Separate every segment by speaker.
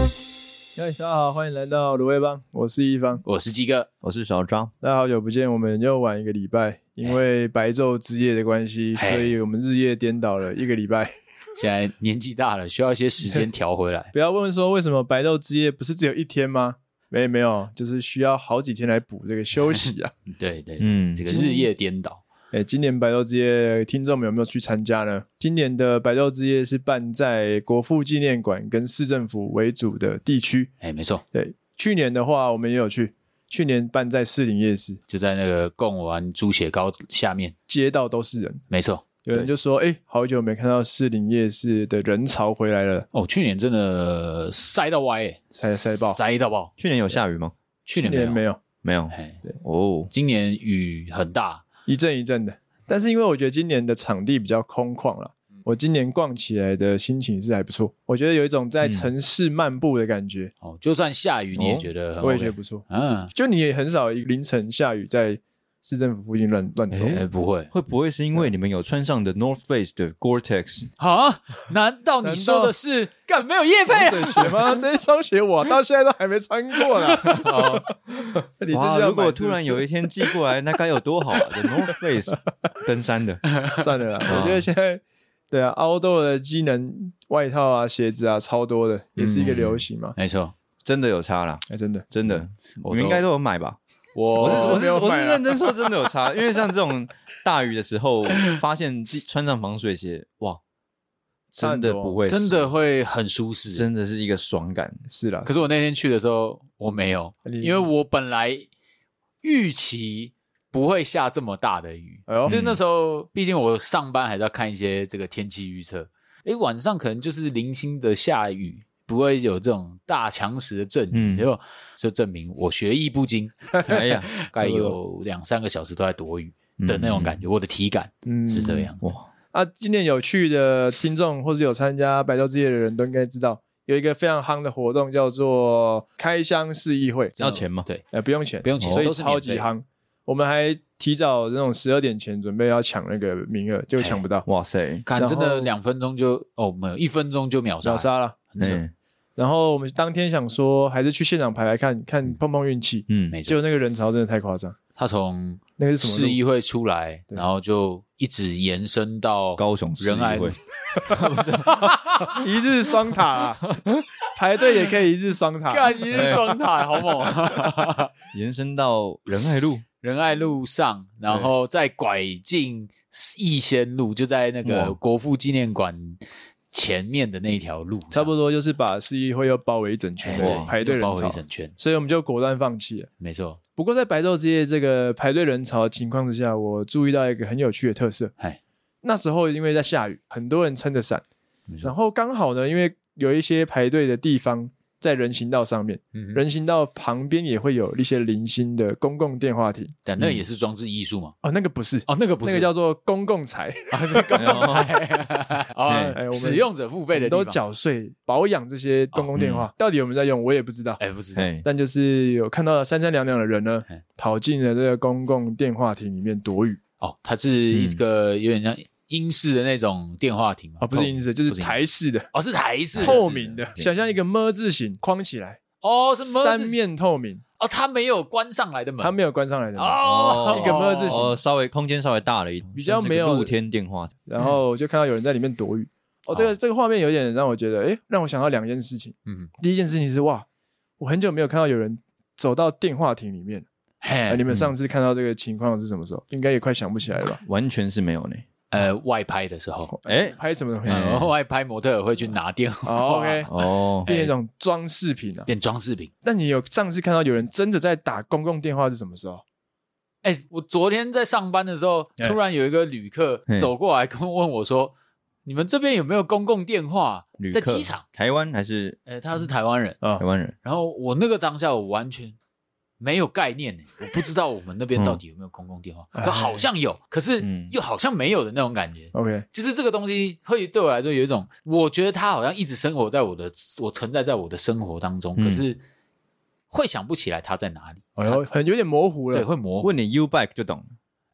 Speaker 1: 嗨，大家好，欢迎来到卤味帮，我是一方。
Speaker 2: 我是鸡哥，
Speaker 3: 我是小张，
Speaker 1: 大家好久不见，我们又晚一个礼拜，因为白昼之夜的关系，
Speaker 2: 嘿
Speaker 1: 所以我们日夜颠倒了一个礼拜。
Speaker 2: 现在年纪大了，需要一些时间调回 来。
Speaker 1: 不要问说为什么白昼之夜不是只有一天吗？没没有，就是需要好几天来补这个休息啊。
Speaker 2: 对对，
Speaker 3: 嗯
Speaker 2: 这个日夜颠倒，
Speaker 1: 哎，今年白昼之夜听众们有没有去参加呢？今年的白昼之夜是办在国父纪念馆跟市政府为主的地区。
Speaker 2: 哎，没错，
Speaker 1: 对，去年的话我们也有去，去年办在士林夜市，
Speaker 2: 就在那个贡丸猪血糕下面，
Speaker 1: 街道都是人。
Speaker 2: 没错。
Speaker 1: 有人就说：“哎、好久没看到士林夜市的人潮回来了，
Speaker 2: 哦，去年真的塞到歪，哎
Speaker 1: 塞塞爆。
Speaker 2: 塞到爆。
Speaker 3: 去年有下雨吗？
Speaker 2: 去
Speaker 1: 去
Speaker 2: 年
Speaker 1: 年
Speaker 2: 没有，
Speaker 1: 没有，
Speaker 3: 没有
Speaker 2: 哎，
Speaker 3: 哦，
Speaker 2: 今年雨很大，
Speaker 1: 一阵一阵的。但是因为我觉得今年的场地比较空旷了，
Speaker 2: 嗯
Speaker 1: 我今年逛起来的心情是还不错。我觉得有一种在
Speaker 2: 嗯
Speaker 1: 城市漫步的感觉，
Speaker 2: 哦，就算下雨你也
Speaker 3: 哦
Speaker 2: 觉得很
Speaker 1: 我也觉得
Speaker 2: OK，
Speaker 1: 不错。
Speaker 2: 嗯，
Speaker 1: 就你也很少凌晨下雨在市政府附近乱乱走。
Speaker 2: 哎，不会
Speaker 3: 会不会是因为你们有穿上的 North Face 的 Gore-Tex？
Speaker 2: 啊？难道你
Speaker 1: 难
Speaker 2: 说
Speaker 1: 道
Speaker 2: 的是干没有叶配啊？
Speaker 1: 水鞋吗？这一双鞋我到现在都还没穿过 呢。 你真
Speaker 3: 哇，
Speaker 1: 的要
Speaker 3: 如果
Speaker 1: 买是
Speaker 3: 突
Speaker 1: 不
Speaker 3: 然
Speaker 1: 是
Speaker 3: 有一天寄过来，那该有多好啊！The North Face 登山的，
Speaker 1: 算了啦，我觉
Speaker 2: 啊
Speaker 1: 得现在对啊，outdoor 的机能外套啊、鞋子啊，超多的，也是一
Speaker 2: 嗯
Speaker 1: 个流行嘛。
Speaker 2: 没错，
Speaker 3: 真的有差啦，
Speaker 1: 哎、真的，
Speaker 3: 真的，你
Speaker 2: 我
Speaker 3: 们应该都有买吧？
Speaker 2: 我
Speaker 3: 我是
Speaker 1: 我
Speaker 3: 我
Speaker 1: 没
Speaker 3: 是
Speaker 1: 有
Speaker 3: 我
Speaker 1: 买
Speaker 3: 是
Speaker 1: 啊
Speaker 3: 认真说，真的有差，因为像这种大雨的时候，发现自己穿上防水鞋，哇，
Speaker 1: 差
Speaker 3: 真
Speaker 1: 很
Speaker 3: 的
Speaker 1: 多
Speaker 3: 不会，
Speaker 2: 真的，会很舒适，
Speaker 3: 真的是一个爽感。
Speaker 1: 是啦。
Speaker 2: 可是我那天去的时候我没有，
Speaker 1: 你
Speaker 2: 因为我本来预期不会下这么大的雨，
Speaker 1: 哎呦
Speaker 2: 就是那时候毕竟我上班还是要看一些这个天气预测，诶，晚上可能就是零星的下雨。不会有这种大强时的阵雨，
Speaker 3: 嗯
Speaker 2: 结果就证明我学艺 不精，
Speaker 3: 哎呀，
Speaker 2: 大概有两三个小时都在躲雨的那种感觉，我的体感
Speaker 1: 嗯
Speaker 2: 是这样。
Speaker 3: 哇，
Speaker 1: 啊，今年有去的听众或是有参加白昼之夜的人都应该知道，有一个非常夯的活动叫做开箱试议会，
Speaker 3: 要钱吗？
Speaker 2: 对，
Speaker 1: 呃，不用钱，
Speaker 2: 不用钱
Speaker 1: 所以
Speaker 2: 都是免
Speaker 1: 超级
Speaker 2: 费
Speaker 1: 夯。我们还提早那种十二点前准备要抢那个名额，结果抢不到，
Speaker 3: 哇塞，
Speaker 2: 看
Speaker 1: 然
Speaker 2: 真
Speaker 1: 后
Speaker 2: 的两分钟就哦，没有一分钟就秒杀，
Speaker 1: 秒杀了。
Speaker 2: 很扯，
Speaker 3: 嗯
Speaker 1: 然后我们当天想说，还是去现场排排看看碰碰运气，
Speaker 3: 嗯，
Speaker 2: 没错
Speaker 1: 结果那个人潮真的太夸张，
Speaker 2: 他从
Speaker 1: 那个是什么
Speaker 2: 市
Speaker 1: 路？
Speaker 2: 议会出来，然后就一直延伸到
Speaker 3: 高雄市
Speaker 2: 仁爱
Speaker 3: 议会，
Speaker 1: 一日双塔、啊， 排队也可以一日双 塔。
Speaker 2: 干一日双塔，好猛啊！
Speaker 3: 延伸到仁爱路，
Speaker 2: 仁爱路上，然后再拐进逸仙路，就在那个
Speaker 3: 哇
Speaker 2: 国父纪念馆前面的那一条路，
Speaker 1: 差不多就是把市议会又包围一整
Speaker 2: 哎
Speaker 1: 圈
Speaker 2: 对
Speaker 1: 的排队
Speaker 2: 就
Speaker 1: 人
Speaker 2: 包围
Speaker 1: 潮
Speaker 2: 一，整圈，
Speaker 1: 所以我们就果断放弃了。
Speaker 2: 没错，
Speaker 1: 不过在白昼之夜这个排队人潮的情况之下，我注意到一个很有趣的特色
Speaker 2: 嗨。
Speaker 1: 那时候因为在下雨，很多人撑着伞
Speaker 2: 没，错
Speaker 1: 然后刚好呢，因为有一些排队的地方在人行道上面，
Speaker 2: 嗯哼，
Speaker 1: 人行道旁边也会有一些零星的公共电话亭。
Speaker 2: 但那也是装置艺术嘛，
Speaker 1: 哦，那个不是，
Speaker 2: 哦，那个不
Speaker 1: 嗯那
Speaker 2: 是
Speaker 1: 个叫做公共财，
Speaker 2: 啊是 公共 财
Speaker 1: 哎
Speaker 3: 哎
Speaker 1: 我
Speaker 2: 啊，
Speaker 1: 们
Speaker 2: 使用者付费的地
Speaker 1: 都
Speaker 2: 方，哦嗯
Speaker 1: 缴税保养这些公共电话，到底有没有在用，我也不知道。
Speaker 2: 哎不知道，
Speaker 3: 哎，
Speaker 1: 但就是有看到三三两两的人呢
Speaker 2: 哎，
Speaker 1: 跑进了这个公共电话亭里面躲雨
Speaker 2: 哦，它是一个有点像英式的那种电话亭嘛，
Speaker 1: 嗯啊，不是英式，就是台式的
Speaker 2: 哦，是台式的
Speaker 1: 透明的，
Speaker 3: 对
Speaker 1: 想象一个么字形框起来，
Speaker 2: 哦，是么嗯
Speaker 1: 三面透明，
Speaker 2: 哦，它没有关上来的门，
Speaker 1: 它没有关上来的门。
Speaker 2: 哦，
Speaker 1: 一个么字形
Speaker 3: 哦，稍微空间稍微大了一点，
Speaker 1: 比较没有
Speaker 3: 像是个露天电话，
Speaker 1: 然后就看到有人在里面躲 雨。哦，这个这个画面有点让我觉得，哎，让我想到两件事情。
Speaker 2: 嗯，
Speaker 1: 第一件事情是哇，我很久没有看到有人走到电话亭里面。哎，
Speaker 2: 嘿
Speaker 1: 你，们上次看到这个情况是什么时候？应该也快想不起来了吧？
Speaker 3: 完全是没有呢。
Speaker 2: 呃，外拍的时
Speaker 1: 哦
Speaker 2: 候，
Speaker 3: 哎，
Speaker 1: 拍什么东西？
Speaker 3: 嗯
Speaker 2: 然后外拍模特儿会去拿电话
Speaker 1: 哦，OK，
Speaker 3: 哦，
Speaker 2: 哎
Speaker 1: 变成一种装饰品啊。
Speaker 2: 变装饰品。
Speaker 1: 那你有上次看到有人真的在打公共电话是什么时候？
Speaker 2: 哎，我昨天在上班的时候，
Speaker 1: 哎
Speaker 2: 突然有一个旅客
Speaker 3: 嘿
Speaker 2: 走过来跟我问我说：“你们这边有没有公共电话
Speaker 3: 旅？”
Speaker 2: 在
Speaker 3: 客
Speaker 2: 机场，，
Speaker 3: 台湾还是
Speaker 2: 呃，他是台湾人，
Speaker 1: 啊
Speaker 3: 台，湾人？
Speaker 2: 然后我那个当下我完全没有概念呢，我不知道我们那边到底有没有公共电话，
Speaker 1: 嗯
Speaker 2: 可好像有，可是
Speaker 3: 哎嗯
Speaker 2: 又好像没有的那种感觉。
Speaker 1: OK，
Speaker 2: 就是这个东西会对我来说有一种，我觉得它好像一直生活在我的，我存在在我的生活当中，
Speaker 3: 嗯
Speaker 2: 可是会想不起来它在哪里。
Speaker 1: 哎呦，很有点模糊
Speaker 2: 对，
Speaker 1: 了。
Speaker 2: 会模糊。
Speaker 3: 问你 U Bike 就懂了，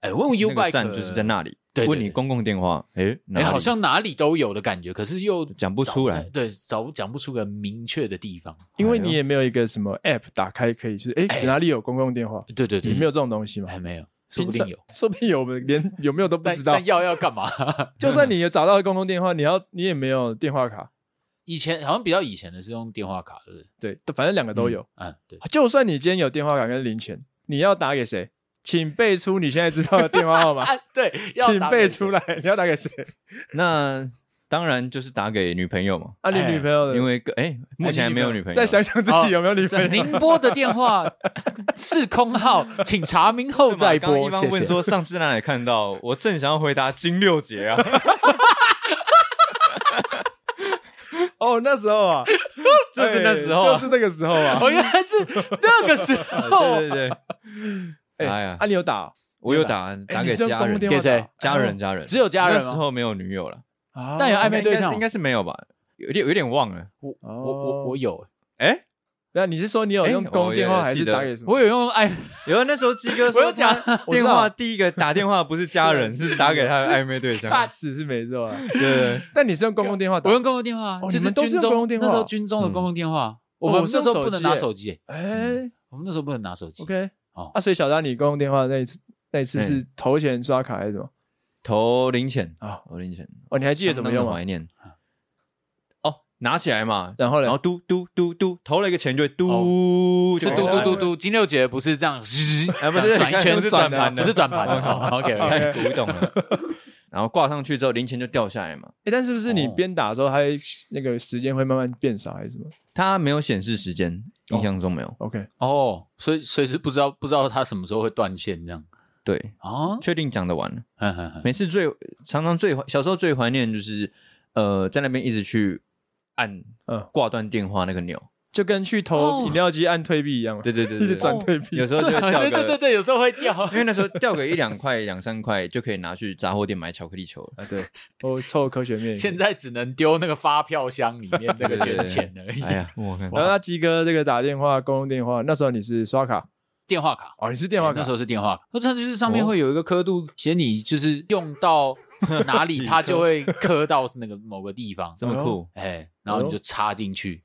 Speaker 2: 哎，问 U
Speaker 3: 那
Speaker 2: Bike
Speaker 3: 个站就是在那里，
Speaker 2: 对对
Speaker 3: 问
Speaker 2: 对
Speaker 3: 你公共电话，哎，哪
Speaker 2: 哎，
Speaker 3: 里
Speaker 2: 好像哪里都有的感觉，可是又
Speaker 3: 讲不出来
Speaker 2: 找不太对，找讲不出个明确的地方。
Speaker 1: 因为你也没有一个什么 app 打开可以是哎、
Speaker 2: 哎
Speaker 1: 哪里有公共电话，
Speaker 2: 对对对，
Speaker 1: 你没有这种东西嘛？
Speaker 2: 还没有，说
Speaker 1: 平
Speaker 2: 不
Speaker 1: 常
Speaker 2: 定有，
Speaker 1: 说不定有，我们连有没有都不
Speaker 2: 但
Speaker 1: 知道
Speaker 2: 但。嗯要要干嘛？
Speaker 1: 就算你有找到公共电话，你要你也没有电话卡，
Speaker 2: 以前好像比较以前的是用电话卡，对不对？
Speaker 1: 对，反正两个都有。
Speaker 2: 嗯， 对，
Speaker 1: 就算你今天有电话卡跟零钱，你要打给谁？请背出你现在知道的电话号码，
Speaker 2: 啊，对， 要
Speaker 1: 请
Speaker 2: 打给
Speaker 1: 背
Speaker 2: 谁
Speaker 1: 出来，你要打给谁？
Speaker 3: 那当然就是打给女朋友嘛，
Speaker 1: 啊，你
Speaker 2: 哎
Speaker 1: 女朋友的，
Speaker 3: 因为个哎目前还没有女朋友，哦
Speaker 1: 再想想自己有没有女朋
Speaker 2: 在
Speaker 1: 友。
Speaker 2: 您拨啊的电话是空号，请查明后
Speaker 3: 对嘛
Speaker 2: 再
Speaker 3: 刚刚一
Speaker 2: 拨，
Speaker 3: 般
Speaker 2: 谢
Speaker 3: 问
Speaker 2: 谢。
Speaker 3: 说上次哪里看到？我正想要回答金六杰啊，
Speaker 1: 哦，那时候啊，
Speaker 3: 就是那时候
Speaker 1: 哎
Speaker 3: 啊
Speaker 1: 就是那个时候啊。
Speaker 2: 哦，原来是那个时 候
Speaker 3: 对，对对，
Speaker 1: 哎
Speaker 3: 哎呀
Speaker 1: 啊，你有打哦？
Speaker 3: 我有打
Speaker 1: 哎
Speaker 3: 打
Speaker 1: 你
Speaker 3: 给
Speaker 1: 是用
Speaker 3: 家
Speaker 1: 公共
Speaker 3: 人，
Speaker 1: 电话
Speaker 2: 给谁
Speaker 1: 打
Speaker 3: 家人？家人，
Speaker 2: 只有家人
Speaker 3: 那时
Speaker 2: 吗
Speaker 3: 候没有女友了，
Speaker 1: 啊
Speaker 2: 但有暧昧
Speaker 3: 应该
Speaker 2: 对象
Speaker 3: 应该是没有吧？有点有点忘了，
Speaker 2: 我我
Speaker 1: 哦
Speaker 2: 我我有，
Speaker 3: 哎，
Speaker 1: 那你是说你有用
Speaker 3: 哎
Speaker 1: 公
Speaker 3: 我
Speaker 1: 共
Speaker 3: 也
Speaker 1: 电话还
Speaker 3: 记
Speaker 1: 是
Speaker 3: 得
Speaker 1: 打给什么？
Speaker 2: 我有用哎，
Speaker 3: 有啊那时候鸡哥
Speaker 2: 我有
Speaker 3: 说
Speaker 2: 讲
Speaker 3: 他电
Speaker 1: 我
Speaker 3: 话
Speaker 1: 知
Speaker 3: 第一个打电话不是家人，是打给他的暧昧对 象，
Speaker 2: 啊
Speaker 1: 是是没错啊。
Speaker 3: 对对，
Speaker 1: 但你是用公共电话打？
Speaker 2: 我用公共电话，
Speaker 1: 哦你
Speaker 2: 就是
Speaker 1: 们都
Speaker 2: 军
Speaker 1: 是用
Speaker 2: 中
Speaker 1: 公共电话
Speaker 2: 那时候军中的公共电话，我们
Speaker 1: 我是
Speaker 2: 那时
Speaker 1: 用
Speaker 2: 候不
Speaker 1: 手
Speaker 2: 能
Speaker 1: 机
Speaker 2: 拿
Speaker 1: 耶
Speaker 2: 手机耶，
Speaker 1: 哎
Speaker 2: 我们那时候不能拿手机。
Speaker 1: ，OK，
Speaker 2: 哦
Speaker 1: 啊，所以小张，你公共电话那一次那一次是
Speaker 3: 嗯
Speaker 1: 投钱刷卡还是什么？
Speaker 3: 投零钱
Speaker 1: 啊
Speaker 3: 啊，投零钱，
Speaker 1: 哦，你还记得怎么用
Speaker 3: 相当的
Speaker 1: 吗
Speaker 3: 怀？念。哦，拿起来嘛，
Speaker 1: 然后
Speaker 3: 然后
Speaker 1: 呢？
Speaker 3: 嘟嘟嘟嘟，投了一个钱就会嘟，
Speaker 2: 哦是
Speaker 3: 就
Speaker 2: 嘟
Speaker 3: 回来
Speaker 2: 嘟
Speaker 3: 了
Speaker 2: 嘟嘟，金六杰不是这样，
Speaker 3: 哎不是
Speaker 2: 转一圈
Speaker 3: 不是转盘
Speaker 2: 不
Speaker 3: 的
Speaker 2: 是转盘的。OK，
Speaker 3: 太古董了。然后挂上去之后，零钱就掉下来嘛。
Speaker 1: 哎，但是不是你
Speaker 2: 哦
Speaker 1: 边打的时候，它那个时间会慢慢变少还是什么
Speaker 3: 它没有显示时间，印象中没有。
Speaker 1: ？OK，
Speaker 2: 哦，所以随时不知道不知道他什么时候会断线这样
Speaker 3: 对，
Speaker 2: 啊。
Speaker 3: 确定讲得完了。
Speaker 2: 哼哼哼
Speaker 3: 每次最常常最怀小时候最怀念就是，呃，在那边一直去按
Speaker 1: 嗯，
Speaker 3: 挂断电话那个钮。
Speaker 1: 就跟去
Speaker 2: 哦
Speaker 1: 投饮料机按退币一样嘛，
Speaker 3: 对对对
Speaker 1: 一
Speaker 3: 对
Speaker 1: 直
Speaker 3: 对，
Speaker 1: 转退币
Speaker 3: 有。时候就
Speaker 2: 对
Speaker 3: 会掉
Speaker 2: 对
Speaker 3: 个，
Speaker 2: 对对对，有时候会掉。
Speaker 3: 因为那时候掉个一两块、两三块就可以拿去杂货店买巧克力球了。
Speaker 1: 啊，对，我凑科学面。
Speaker 2: 哦现在只能丢那个发票箱里面那个捐钱而已。
Speaker 3: 哎呀，我看
Speaker 1: 然后他鸡哥这个打电话公用电话，那时候你是刷卡
Speaker 2: 电话卡，
Speaker 1: 哦，你是电话卡
Speaker 2: 哎那时候是电话卡，那哦它就是上面会有一个刻度，写你就是用 到哪里，它就 会刻到那个某个地方，
Speaker 3: 这么酷，
Speaker 2: 哎，然后你就插进去，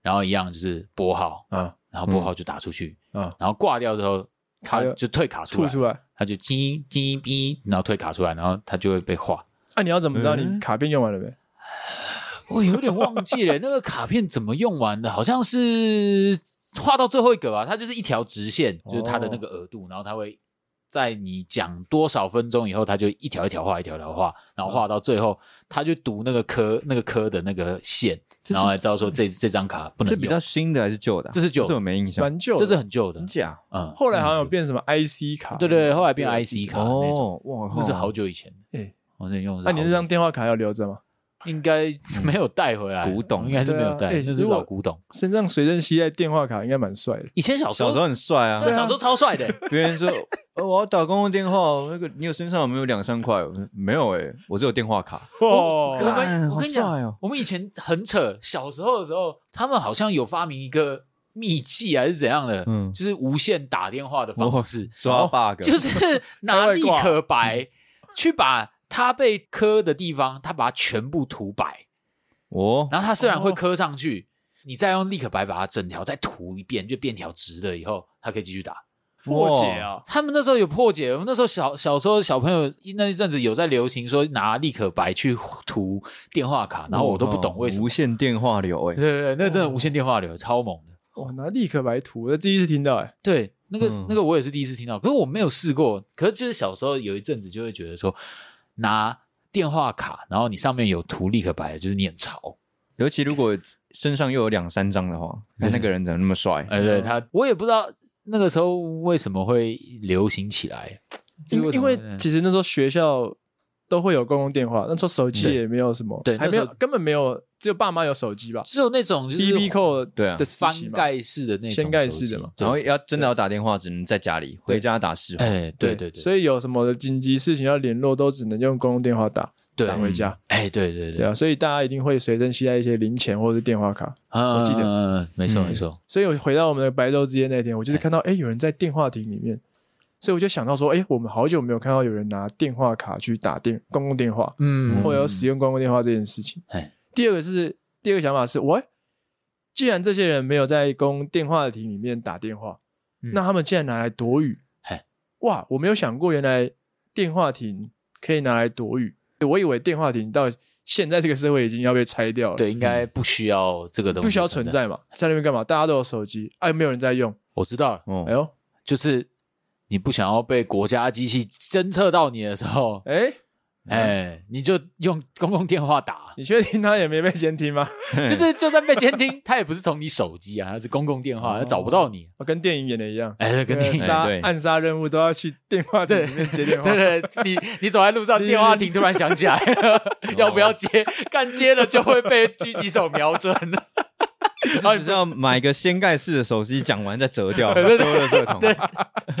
Speaker 2: 然后一样就是拨号，
Speaker 1: 啊
Speaker 2: 然后拨号就打出去，
Speaker 1: 啊，
Speaker 2: 然后挂掉之后，
Speaker 1: 卡
Speaker 2: 它
Speaker 1: 就
Speaker 2: 就退卡出
Speaker 1: 吐
Speaker 2: 来，
Speaker 1: 出来。
Speaker 2: 它就滴滴滴，然后退卡出来，然后它就会被划。
Speaker 1: 那啊你要怎么知道你
Speaker 3: 嗯
Speaker 1: 卡片用完了没？
Speaker 2: 我有点忘记了那个卡片怎么用完的，好像是画到最后一个吧，它就是一条直线，就是它的那个额度，然后它会在你讲多少分钟以后，它就一条一条画，一条一条画，然后画到最后，它就读那个科那个科的那个线，
Speaker 3: 这是
Speaker 2: 然后来知道说这这张卡不能
Speaker 3: 这
Speaker 2: 用，
Speaker 3: 比较新的还是旧的啊？
Speaker 2: 这是旧的
Speaker 3: 这我没印象。
Speaker 1: 蛮旧的，
Speaker 2: 这是很旧的
Speaker 3: 真，假？
Speaker 2: 嗯，
Speaker 1: 后来好像有变什么 IC 卡，
Speaker 2: 对对，对哦后来变
Speaker 1: 对
Speaker 2: IC 卡那种，，
Speaker 3: 哇
Speaker 2: 那是好久以前的，
Speaker 1: 哎
Speaker 2: 我那用的是
Speaker 1: 那
Speaker 2: 好
Speaker 1: 你
Speaker 2: 久，
Speaker 1: 那张电话卡要留着吗？
Speaker 2: 应该没有带回来，
Speaker 3: 嗯古董
Speaker 2: 应该是没有
Speaker 1: 对啊
Speaker 2: 带，
Speaker 1: 哎
Speaker 2: 就是
Speaker 1: 如果
Speaker 2: 老古董。
Speaker 1: 身上随身携带电话卡应该蛮帅的。
Speaker 2: 以前小时
Speaker 3: 小时
Speaker 2: 候，
Speaker 3: 候很帅啊
Speaker 2: 对，
Speaker 1: 啊
Speaker 2: 小时候 超帅的，
Speaker 3: 别人说。呃，我要打公共电话，那个你有身上有没有两三块？我说没有哎、我只有电话卡。
Speaker 2: 我
Speaker 1: 哇，
Speaker 2: 我们
Speaker 3: 干
Speaker 2: 我
Speaker 3: 好
Speaker 2: 跟你讲
Speaker 3: 帅哦，
Speaker 2: 我们以前很扯，小时候的时候，他们好像有发明一个秘技还是怎样的，
Speaker 3: 嗯
Speaker 2: 就是无线打电话的方式，
Speaker 3: 抓 bug，
Speaker 2: 就是 拿立
Speaker 1: 开外挂
Speaker 2: 可白去把它被磕的地方，它把它全部涂白，
Speaker 3: 哦，
Speaker 2: 然后它虽然会磕上去，你再用立可白把它整条再涂一遍，就变条直的，以后它可以继续打。
Speaker 1: 破解啊！
Speaker 2: 他们那时候有破解，我们那时候小小时候小朋友那一阵子有在流行说拿立可白去涂电话
Speaker 1: 哦
Speaker 2: 卡，然后我都不懂为什么
Speaker 3: 哦无。线电话流哎、
Speaker 2: 对对对，那个真的无线电话流超猛的。
Speaker 1: 哇，拿立刻白图，我第一次听到哎。
Speaker 2: 对，那个、
Speaker 3: 嗯
Speaker 2: 那个我也是第一次听到，可是我没有试过。可是就是小时候有一阵子就会觉得说，拿电话卡，然后你上面有涂立可白，就是你很潮。
Speaker 3: 尤其如果身上又有两三张的话，看那个人怎么那么帅？
Speaker 2: 嗯哎、
Speaker 1: 嗯
Speaker 2: 对他，我也不知道那个时候为什么会流行起来，
Speaker 1: 因
Speaker 2: 就是
Speaker 1: 因
Speaker 2: 为
Speaker 1: 为
Speaker 2: 什么
Speaker 1: 其实那时候学校都会有公用电话，那时候手机
Speaker 2: 对
Speaker 1: 也没有什么，
Speaker 2: 对
Speaker 1: 还没
Speaker 2: 那
Speaker 1: 有
Speaker 2: 时候
Speaker 1: 根本没有，只有爸妈有手机吧
Speaker 2: 只有那种就是
Speaker 1: ，BB 扣
Speaker 3: 对啊
Speaker 1: 的时期
Speaker 2: 翻
Speaker 1: 嘛，
Speaker 2: 盖式的那种
Speaker 1: 掀盖式的
Speaker 2: 手机
Speaker 1: 嘛
Speaker 2: 对
Speaker 3: 然后要真的要打电话，只能在家里，回家打市话。
Speaker 2: 哎，对对对，
Speaker 1: 所以有什么紧急事情要联络，都只能用公用电话打
Speaker 2: 对
Speaker 1: 打回家，
Speaker 2: 哎，对对
Speaker 1: 对啊，，所以大家一定会随身携带一些零钱或者是电话卡。
Speaker 2: 嗯
Speaker 1: 我记得
Speaker 2: 嗯嗯嗯没错
Speaker 3: 嗯
Speaker 2: 没错，
Speaker 1: 所以我回到我们的白昼之夜那天，我就是看到哎、诶有人在电话亭里面所以我就想到说，哎、我们好久没有看到有人拿电话卡去打电公共电话，
Speaker 2: 嗯
Speaker 1: 或者要使用公共电话这件事情。
Speaker 2: 哎
Speaker 1: 第二个是第二个想法是，喂，既然这些人没有在公电话亭里面打电话，
Speaker 2: 嗯
Speaker 1: 那他们竟然拿来躲雨
Speaker 2: 嘿，
Speaker 1: 哇！我没有想过，原来电话亭可以拿来躲雨。我以为电话亭到现在这个社会已经要被拆掉了，
Speaker 2: 对，应该不需要这个东西，
Speaker 1: 嗯不需要存。在嘛，在那边干嘛？大家都有手机，哎，没有人在用，
Speaker 2: 我知道了，
Speaker 3: 哦
Speaker 1: 哎，呦，
Speaker 2: 就是你不想要被国家机器侦测到你的时候，
Speaker 1: 哎，
Speaker 2: 哎，你就用公共电话打。
Speaker 1: 你确定他也没被监听吗？
Speaker 2: 就是就算被监听，他也不是从你手机啊，他是公共电话，
Speaker 1: 哦
Speaker 2: 他找不到你。
Speaker 1: 哦跟电影演的一样，
Speaker 2: 哎，跟
Speaker 1: 那个
Speaker 2: 你
Speaker 1: 杀
Speaker 3: 对
Speaker 1: 暗杀任务都要去电话亭
Speaker 2: 对
Speaker 1: 里面接电话，
Speaker 2: 对对，你你走在路上，电话亭突然 响起来了，要不要接？干接了就会被狙击手瞄准。
Speaker 3: 他只是要买一个掀盖式的手机，讲完再折掉，丢
Speaker 2: 哎 对对对
Speaker 3: 了这桶，
Speaker 2: 对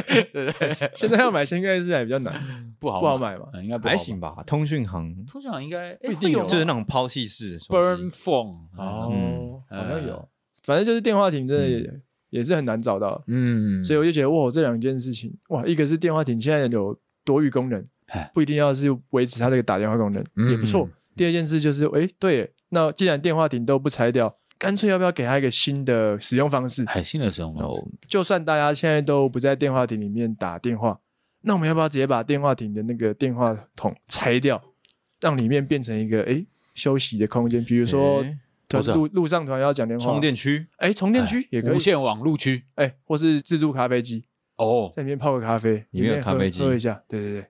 Speaker 2: 对对，对
Speaker 1: 现在要买新盖世还比较难，
Speaker 2: 不 好
Speaker 1: 不好，买嘛。
Speaker 2: 嗯应该不好
Speaker 3: 还
Speaker 2: 买
Speaker 3: 行。吧？通讯行
Speaker 2: 通常应
Speaker 3: 哎
Speaker 2: 该
Speaker 1: 不一定有
Speaker 2: 就
Speaker 3: 就是是那种抛弃式的手机
Speaker 2: burn phone
Speaker 1: 哦，
Speaker 2: 嗯
Speaker 1: 好像有，
Speaker 2: 呃
Speaker 1: 反正就是电话亭真的也,、也是很难找到，
Speaker 2: 嗯，
Speaker 1: 所以我就觉得哇，这两件事情，哇，一个是电话亭现在有多语功能
Speaker 2: 哎，
Speaker 1: 不一定要是维持它这个打电话功能，
Speaker 2: 嗯
Speaker 1: 也不错。第二件事就是，哎、对耶，那既然电话亭都不拆掉，干脆要不要给它一个新的使用方式？
Speaker 2: 海信的时候嘛，
Speaker 3: 哦，
Speaker 1: 就算大家现在都不在电话亭里面打电话，那我们要不要直接把电话亭的那个电话筒拆掉，让里面变成一个哎、诶休息的空间？比如说
Speaker 3: 诶
Speaker 1: 突
Speaker 2: 不是啊
Speaker 1: 然路路上突然要讲电话，
Speaker 3: 充 电区，
Speaker 1: 哎充电区也可以
Speaker 2: 无，线网路区
Speaker 1: 哎或是自助咖啡机，
Speaker 2: 哦，
Speaker 1: 在里面泡个咖啡，
Speaker 3: 里面有
Speaker 1: 喝
Speaker 3: 咖啡机
Speaker 1: 喝一下，对对对，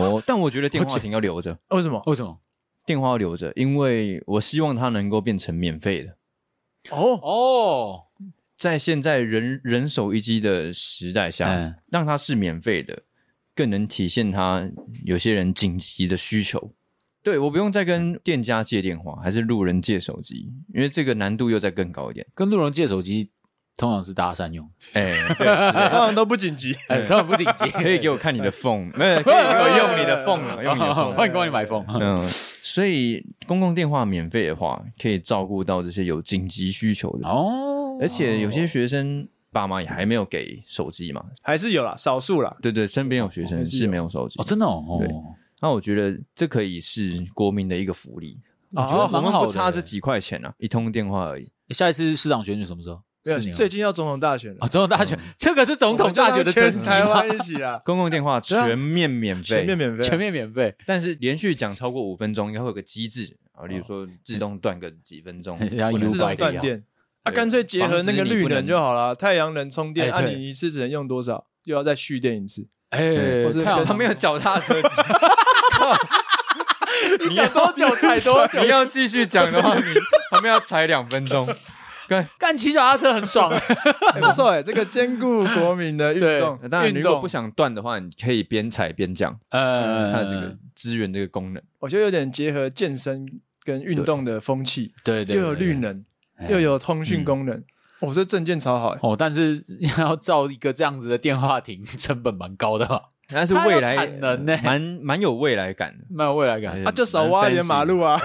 Speaker 3: 哦，但我觉得电话亭要留着，
Speaker 1: 啊为什么？
Speaker 2: 为什么？
Speaker 3: 电话要留着，因为我希望它能够变成免费的。
Speaker 1: 哦，
Speaker 2: 哦，
Speaker 3: 在现在人人手一机的时代下，
Speaker 2: 嗯
Speaker 3: 让它是免费的，更能体现它有些人紧急的需求。对我不用再跟店家借电话，还是路人借手机，因为这个难度又再更高一点。
Speaker 2: 跟路人借手机通常是搭讪 用，
Speaker 3: 哎、对之类
Speaker 1: 通
Speaker 3: 的
Speaker 1: 常都不紧急，
Speaker 2: 哎，他们不紧急，
Speaker 3: 可以给我看你的 phone，呃，可以给我用你的 phone 啊，用你的 phone。
Speaker 2: 欢迎光临买 风。
Speaker 3: 嗯，所以公共电话免费的话，可以照顾到这些有紧急需求的，
Speaker 2: 哦，
Speaker 3: 而且有些学生爸妈也还没有给手机嘛，
Speaker 1: 还是有啦，少数啦。
Speaker 3: 对对，身边有学生
Speaker 1: 还是有
Speaker 3: 是没有手机
Speaker 2: 哦，，真的哦，
Speaker 3: 对
Speaker 2: 哦
Speaker 3: 那我觉得这可以是国民的一个福利，
Speaker 2: 我觉得
Speaker 1: 哦
Speaker 3: 我
Speaker 2: 蛮
Speaker 3: 们
Speaker 2: 好
Speaker 3: 不
Speaker 2: 的。
Speaker 3: 差这几块钱啊，一通电话而已。
Speaker 2: 下一次市长选举什么时候？
Speaker 1: 没有
Speaker 2: 四年后
Speaker 1: 最近要总统大选了
Speaker 2: 啊，，总统大选，
Speaker 3: 嗯
Speaker 2: 这个是啊总统大选的
Speaker 1: 我们就
Speaker 2: 成
Speaker 1: 让
Speaker 2: 绩
Speaker 1: 全台
Speaker 2: 吗？
Speaker 1: 湾一起啊，
Speaker 3: 公共电话全面免费，
Speaker 1: 全面免费，
Speaker 2: 全面免费，
Speaker 3: 但是连续讲超过五分钟，应该会有个机制啊，
Speaker 1: 哦
Speaker 3: 例如说自动断个几分钟，
Speaker 2: 像
Speaker 3: 或者
Speaker 2: U
Speaker 1: 自
Speaker 3: 是
Speaker 1: 动断电啊，干脆结合那个绿能就好了，太阳能充电，
Speaker 2: 哎
Speaker 1: 按
Speaker 2: 对
Speaker 1: 你一次只能用多少，又要再蓄电一 次。
Speaker 2: 哎
Speaker 1: 或，是
Speaker 2: 太好
Speaker 1: 跟
Speaker 2: 了，
Speaker 3: 他没有脚踏车机，
Speaker 2: 你讲多久踩多久
Speaker 3: 你？要继续讲 的话，你他们要踩两分钟。
Speaker 2: 干骑脚踏车很爽，啊
Speaker 1: 哎不错哎，这个兼顾国民的运动
Speaker 2: 对，
Speaker 3: 当然，
Speaker 2: 运
Speaker 3: 如
Speaker 2: 动
Speaker 3: 果不想断的话，你可以边踩边讲，
Speaker 2: 呃，
Speaker 3: 它这个支援这个功能。
Speaker 1: 我觉得有点结合健身跟运动的风气，
Speaker 2: 对对，
Speaker 1: 又有
Speaker 2: 对
Speaker 1: 绿，能，
Speaker 2: 对哎嗯
Speaker 1: 又有通讯功能，我这证件超好哎。
Speaker 2: 哦，但是要造一个这样子的电话亭，成本蛮高的 嘛，
Speaker 3: 但是未
Speaker 2: 它有
Speaker 3: 来
Speaker 2: 产能呢
Speaker 3: 蛮蛮有未来感的。
Speaker 2: 蛮有未来 感。
Speaker 1: 啊，就少挖一点马路啊！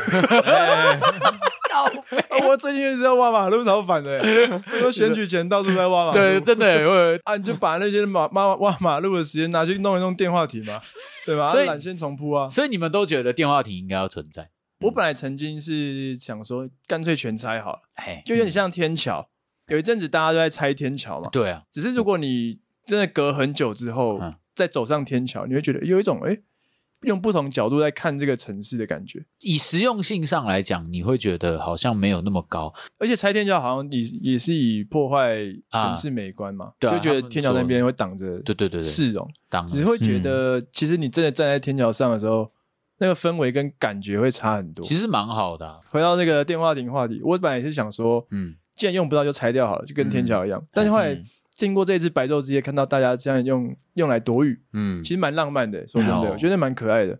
Speaker 2: 靠北
Speaker 1: 啊 我最近一直在挖马路，超烦的欸。我说选举前到处在挖马路，
Speaker 2: 对，真的有，
Speaker 1: 啊，你就把那些马马挖马路的时间拿去弄一弄电话亭嘛，对吧？
Speaker 2: 所以
Speaker 1: 啊缆线重铺啊。
Speaker 2: 所以你们都觉得电话亭应该要存在，
Speaker 1: 我本来曾经是想说，干脆全拆好了，
Speaker 2: 哎，
Speaker 1: 就有点像天桥。有一阵子大家都在拆天桥嘛，
Speaker 2: 对啊，
Speaker 1: 只是如果你真的隔很久之后
Speaker 2: 嗯
Speaker 1: 再走上天桥，你会觉得有一种哎、诶用不同角度在看这个城市的感觉。
Speaker 2: 以实用性上来讲，你会觉得好像没有那么高，
Speaker 1: 而且拆天桥好像也也是以破坏城市美观嘛，
Speaker 2: 对啊
Speaker 1: 就觉
Speaker 2: 他
Speaker 1: 得
Speaker 2: 们
Speaker 1: 天桥那边会挡着
Speaker 2: 对对对嗯对，
Speaker 1: 市容，
Speaker 2: 当
Speaker 1: 只
Speaker 2: 然
Speaker 1: 是会觉得其实你真的站在天桥上的时候，那个氛围跟感觉会差很多。
Speaker 2: 其实蛮好的啊，
Speaker 1: 回到那个电话亭话题，我本来也是想说，
Speaker 2: 嗯，
Speaker 1: 既然用不到就拆掉好了，就跟天桥一样。但是后来
Speaker 3: 嗯
Speaker 1: 经过这一次白昼之夜，看到大家这样用用来躲雨，
Speaker 2: 嗯
Speaker 1: 其实蛮浪漫的。说真
Speaker 2: 嗯
Speaker 1: 的，我觉得蛮可爱的。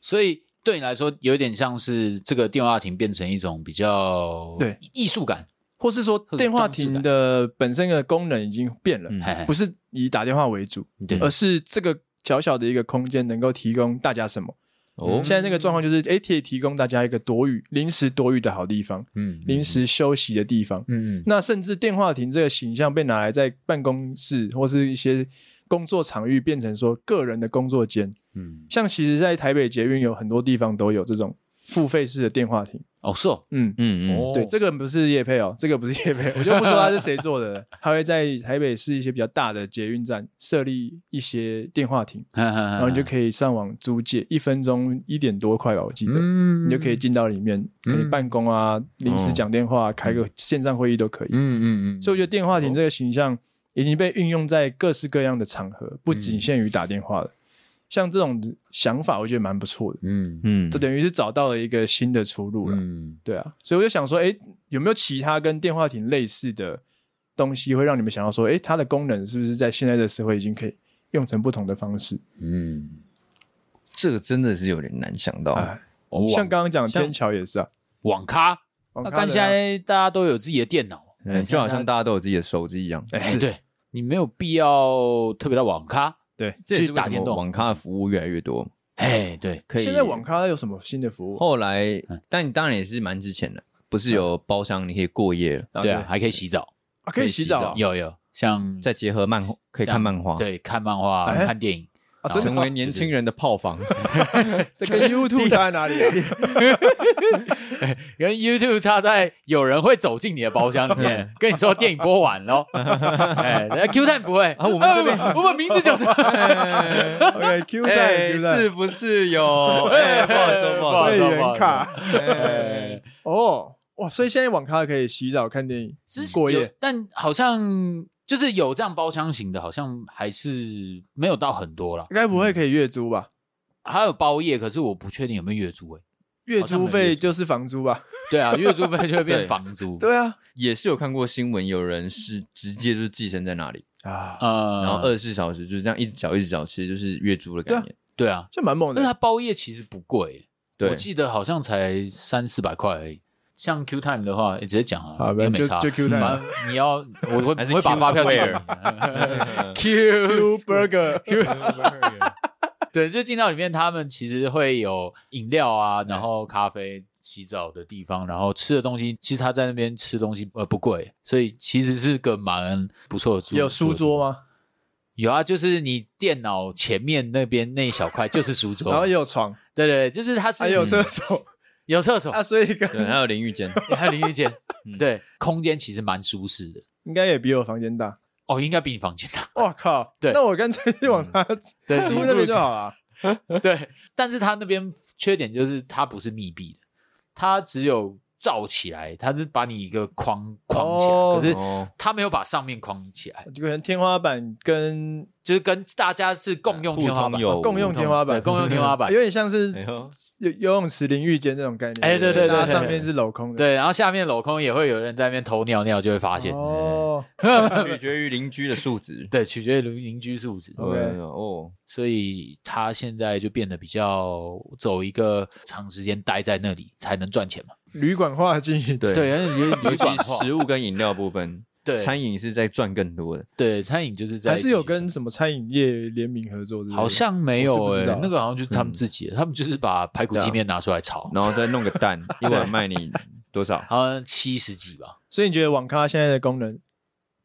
Speaker 2: 所以对你来说，有点像是这个电话亭变成一种比较
Speaker 1: 对
Speaker 2: 艺术感，
Speaker 1: 或是说
Speaker 2: 有
Speaker 1: 电话
Speaker 2: 装饰
Speaker 1: 亭
Speaker 2: 感
Speaker 1: 的本身的功能已经变了，
Speaker 3: 嗯
Speaker 2: 嘿嘿
Speaker 1: 不是以打电话为主，
Speaker 2: 对
Speaker 1: 而是这个小小的一个空间能够提供大家什么？
Speaker 3: 哦
Speaker 1: 现在那个状况就是，哎，可以提供大家一个躲雨、临时躲雨的好地方，
Speaker 2: 嗯
Speaker 1: 临时休息的地方。
Speaker 2: 嗯嗯
Speaker 1: 那甚至电话亭这个形象被拿来在办公室或是一些工作场域变成说个人的工作间。
Speaker 2: 嗯，
Speaker 1: 像其实，在台北捷运有很多地方都有这种付费式的电话亭。
Speaker 2: 哦是哦，
Speaker 1: 嗯，
Speaker 3: 嗯嗯，
Speaker 2: 哦
Speaker 1: 对，这个不是叶配哦，这个不是叶配，我就不说它是谁做的了。它会在台北市一些比较大的捷运站设立一些电话亭，
Speaker 2: 然
Speaker 1: 然后你就可以上网租借，一分钟一点多块吧，我记得。
Speaker 2: 嗯
Speaker 1: 你就可以进到里面，可以办公啊，临时讲电话、开个线上会议都可以。
Speaker 2: 哦嗯嗯嗯嗯，
Speaker 1: 所以我觉得电话亭这个形象已经被运用在各式各样的场合，不
Speaker 2: 嗯
Speaker 1: 仅限于打电话了。像这种想法，我觉得蛮不错的。
Speaker 2: 嗯
Speaker 3: 嗯，
Speaker 1: 这等于是找到了一个新的出路了，
Speaker 2: 嗯
Speaker 1: 对啊。所以我就想说，哎，有没有其他跟电话亭类似的东西，会让你们想到说，哎，它的功能是不是在现在的社会已经可以用成不同的方式？
Speaker 2: 嗯，
Speaker 3: 这个真的是有点难想到。
Speaker 1: 哎，
Speaker 2: 哦
Speaker 1: 像
Speaker 2: 网哎
Speaker 1: 刚刚讲
Speaker 3: 像
Speaker 1: 天桥也是啊，
Speaker 2: 网咖，
Speaker 1: 网
Speaker 2: 那
Speaker 1: 咖
Speaker 2: 但
Speaker 1: 的
Speaker 2: 现
Speaker 1: 啊
Speaker 2: 在大家都有自己的电脑，
Speaker 3: 嗯，就好像大家都有自己的手机一样，
Speaker 1: 哎
Speaker 2: 哎
Speaker 1: 是
Speaker 2: 对你没有必要特别到网咖，
Speaker 1: 对。
Speaker 3: 这也是
Speaker 2: 去
Speaker 3: 为
Speaker 2: 打
Speaker 3: 什么
Speaker 2: 电动
Speaker 3: 网咖的服务越来越多，
Speaker 2: 哎对，
Speaker 3: 可以。哦
Speaker 1: 现在网咖有什么新的服务？
Speaker 3: 后来
Speaker 2: 嗯，
Speaker 3: 但你当然也是蛮值钱的，不是有包厢你可以过夜了，
Speaker 2: 对啊，还可以洗澡，
Speaker 1: 啊，可以洗澡啊
Speaker 2: 有有像
Speaker 3: 再结合漫画可以看漫画，，
Speaker 2: 对看漫画
Speaker 1: 哎
Speaker 2: 看电影，
Speaker 1: 啊，真的
Speaker 3: 成
Speaker 1: 吗
Speaker 3: 为？年轻人的炮 房。
Speaker 1: 这个 YouTube 差在哪里啊？
Speaker 2: 跟 YouTube 差在有人会走进你的包厢里 面，跟你说电影播完喽。哎人家，Q 弹不会
Speaker 3: 啊我们 这边
Speaker 2: 哎不不我们名字就是
Speaker 1: OK 哎 Q 带 Q 带
Speaker 3: 哎是不是有？哎，不好说，不好
Speaker 1: 会
Speaker 2: 哎
Speaker 3: 说。
Speaker 1: 员卡
Speaker 2: 哎
Speaker 1: 哦哇，所以现在网咖可以洗澡、看电影
Speaker 2: 是、
Speaker 1: 过
Speaker 2: 有
Speaker 1: 夜。
Speaker 2: 但好像就是有这样包厢型的，好像还是没有到很多啦。
Speaker 1: 该不会可以月租吧？
Speaker 2: 还有包夜，可是我不确定有没有月租哎、
Speaker 1: 月租费就是房租吧？
Speaker 2: 对啊，月租费就会变
Speaker 3: 对
Speaker 2: 房租。
Speaker 1: 对啊，
Speaker 3: 也是有看过新闻，有人是直接就是寄生在那里，
Speaker 1: 啊，
Speaker 2: 呃，
Speaker 3: 然后二十四小时就是这样一直缴一直缴，其实就是月租的概念。
Speaker 2: 对啊，
Speaker 1: 这蛮猛
Speaker 2: 但是它
Speaker 1: 的。
Speaker 2: 包夜其实不贵、欸我
Speaker 1: 啊
Speaker 3: 对，
Speaker 2: 记得好像才三四百块而已。像 Q Time 的话，也直接讲啊，
Speaker 1: 好
Speaker 2: 因为没
Speaker 1: 就
Speaker 2: 差。
Speaker 1: 就 Q 带
Speaker 2: 妈你要我会
Speaker 3: 还
Speaker 2: 我
Speaker 3: 是
Speaker 2: 会把
Speaker 3: Q
Speaker 2: 发票寄
Speaker 3: Square
Speaker 2: Q
Speaker 1: Q Burger，
Speaker 2: 对，就进到里面，他们其实会有饮料啊，然后咖啡、洗澡的地方，然后吃的东西，其实他在那边吃东西呃不贵，所以其实是个蛮不错的住。
Speaker 1: 有书桌
Speaker 2: 吗？
Speaker 1: 吗？
Speaker 2: 有啊，就是你电脑前面那边那一小块就是书桌，
Speaker 1: 然后也有床，
Speaker 2: 对对，对就是它是嗯
Speaker 1: 还有厕所
Speaker 2: 有 厕所，
Speaker 1: 啊，所以跟
Speaker 3: 对，还有淋 浴间，
Speaker 2: 还有淋浴间
Speaker 3: 嗯，
Speaker 2: 对，空间其实蛮舒适的。
Speaker 1: 应该也比我房间大。
Speaker 2: 哦，应该比你房间大，
Speaker 1: 我靠，
Speaker 2: 对嗯
Speaker 1: 那我干脆去网咖租
Speaker 2: 对，
Speaker 1: 那边就好了。
Speaker 2: 对，但是它那边缺点就是它不是密闭的，它只有罩起来，它是把你一个框框起来，
Speaker 1: 哦
Speaker 2: 可是
Speaker 3: 哦，
Speaker 2: 它没有把上面框起来，
Speaker 1: 就可能天花板跟
Speaker 2: 就是跟大家是共用天花
Speaker 3: 互通
Speaker 2: 板，
Speaker 3: 有
Speaker 1: 共用天花板
Speaker 2: 哦对，共用天花板
Speaker 1: 有，点像是
Speaker 3: 哎呦
Speaker 1: 游游泳池淋浴间那种概念。
Speaker 2: 哎对对对
Speaker 1: 大家
Speaker 2: 对
Speaker 1: 上面是镂空的。
Speaker 2: 对，然后下面镂空也会有人在那边偷尿尿，就会发现，
Speaker 1: 哦，
Speaker 3: 取决于邻居的素 质。
Speaker 2: 对，取决于邻居素质，
Speaker 1: OK
Speaker 3: 对哦，
Speaker 2: 所以他现在就变得比较走一个长时间待在那里才能赚钱嘛，
Speaker 1: 旅馆化的经营。
Speaker 3: 对
Speaker 2: 对， 有点有
Speaker 3: 尤
Speaker 2: 点
Speaker 3: 其
Speaker 2: 短话，
Speaker 3: 食物跟饮料部 分，
Speaker 2: 对
Speaker 3: 餐饮是在赚更多的。
Speaker 2: 对，餐饮就是在
Speaker 1: 还是有
Speaker 2: 继续
Speaker 1: 跟什么餐饮业联名合作之类的？
Speaker 2: 好像没有
Speaker 1: 我是不
Speaker 2: 诶、
Speaker 1: 知道嗯
Speaker 2: 那个好像就是他们自己的，他们就是把排骨
Speaker 3: 对啊
Speaker 2: 鸡面拿出来炒，
Speaker 3: 然后再弄个 蛋，一碗卖你多 少？
Speaker 2: 好像七十几吧，
Speaker 1: 所以你觉得网咖现在的功能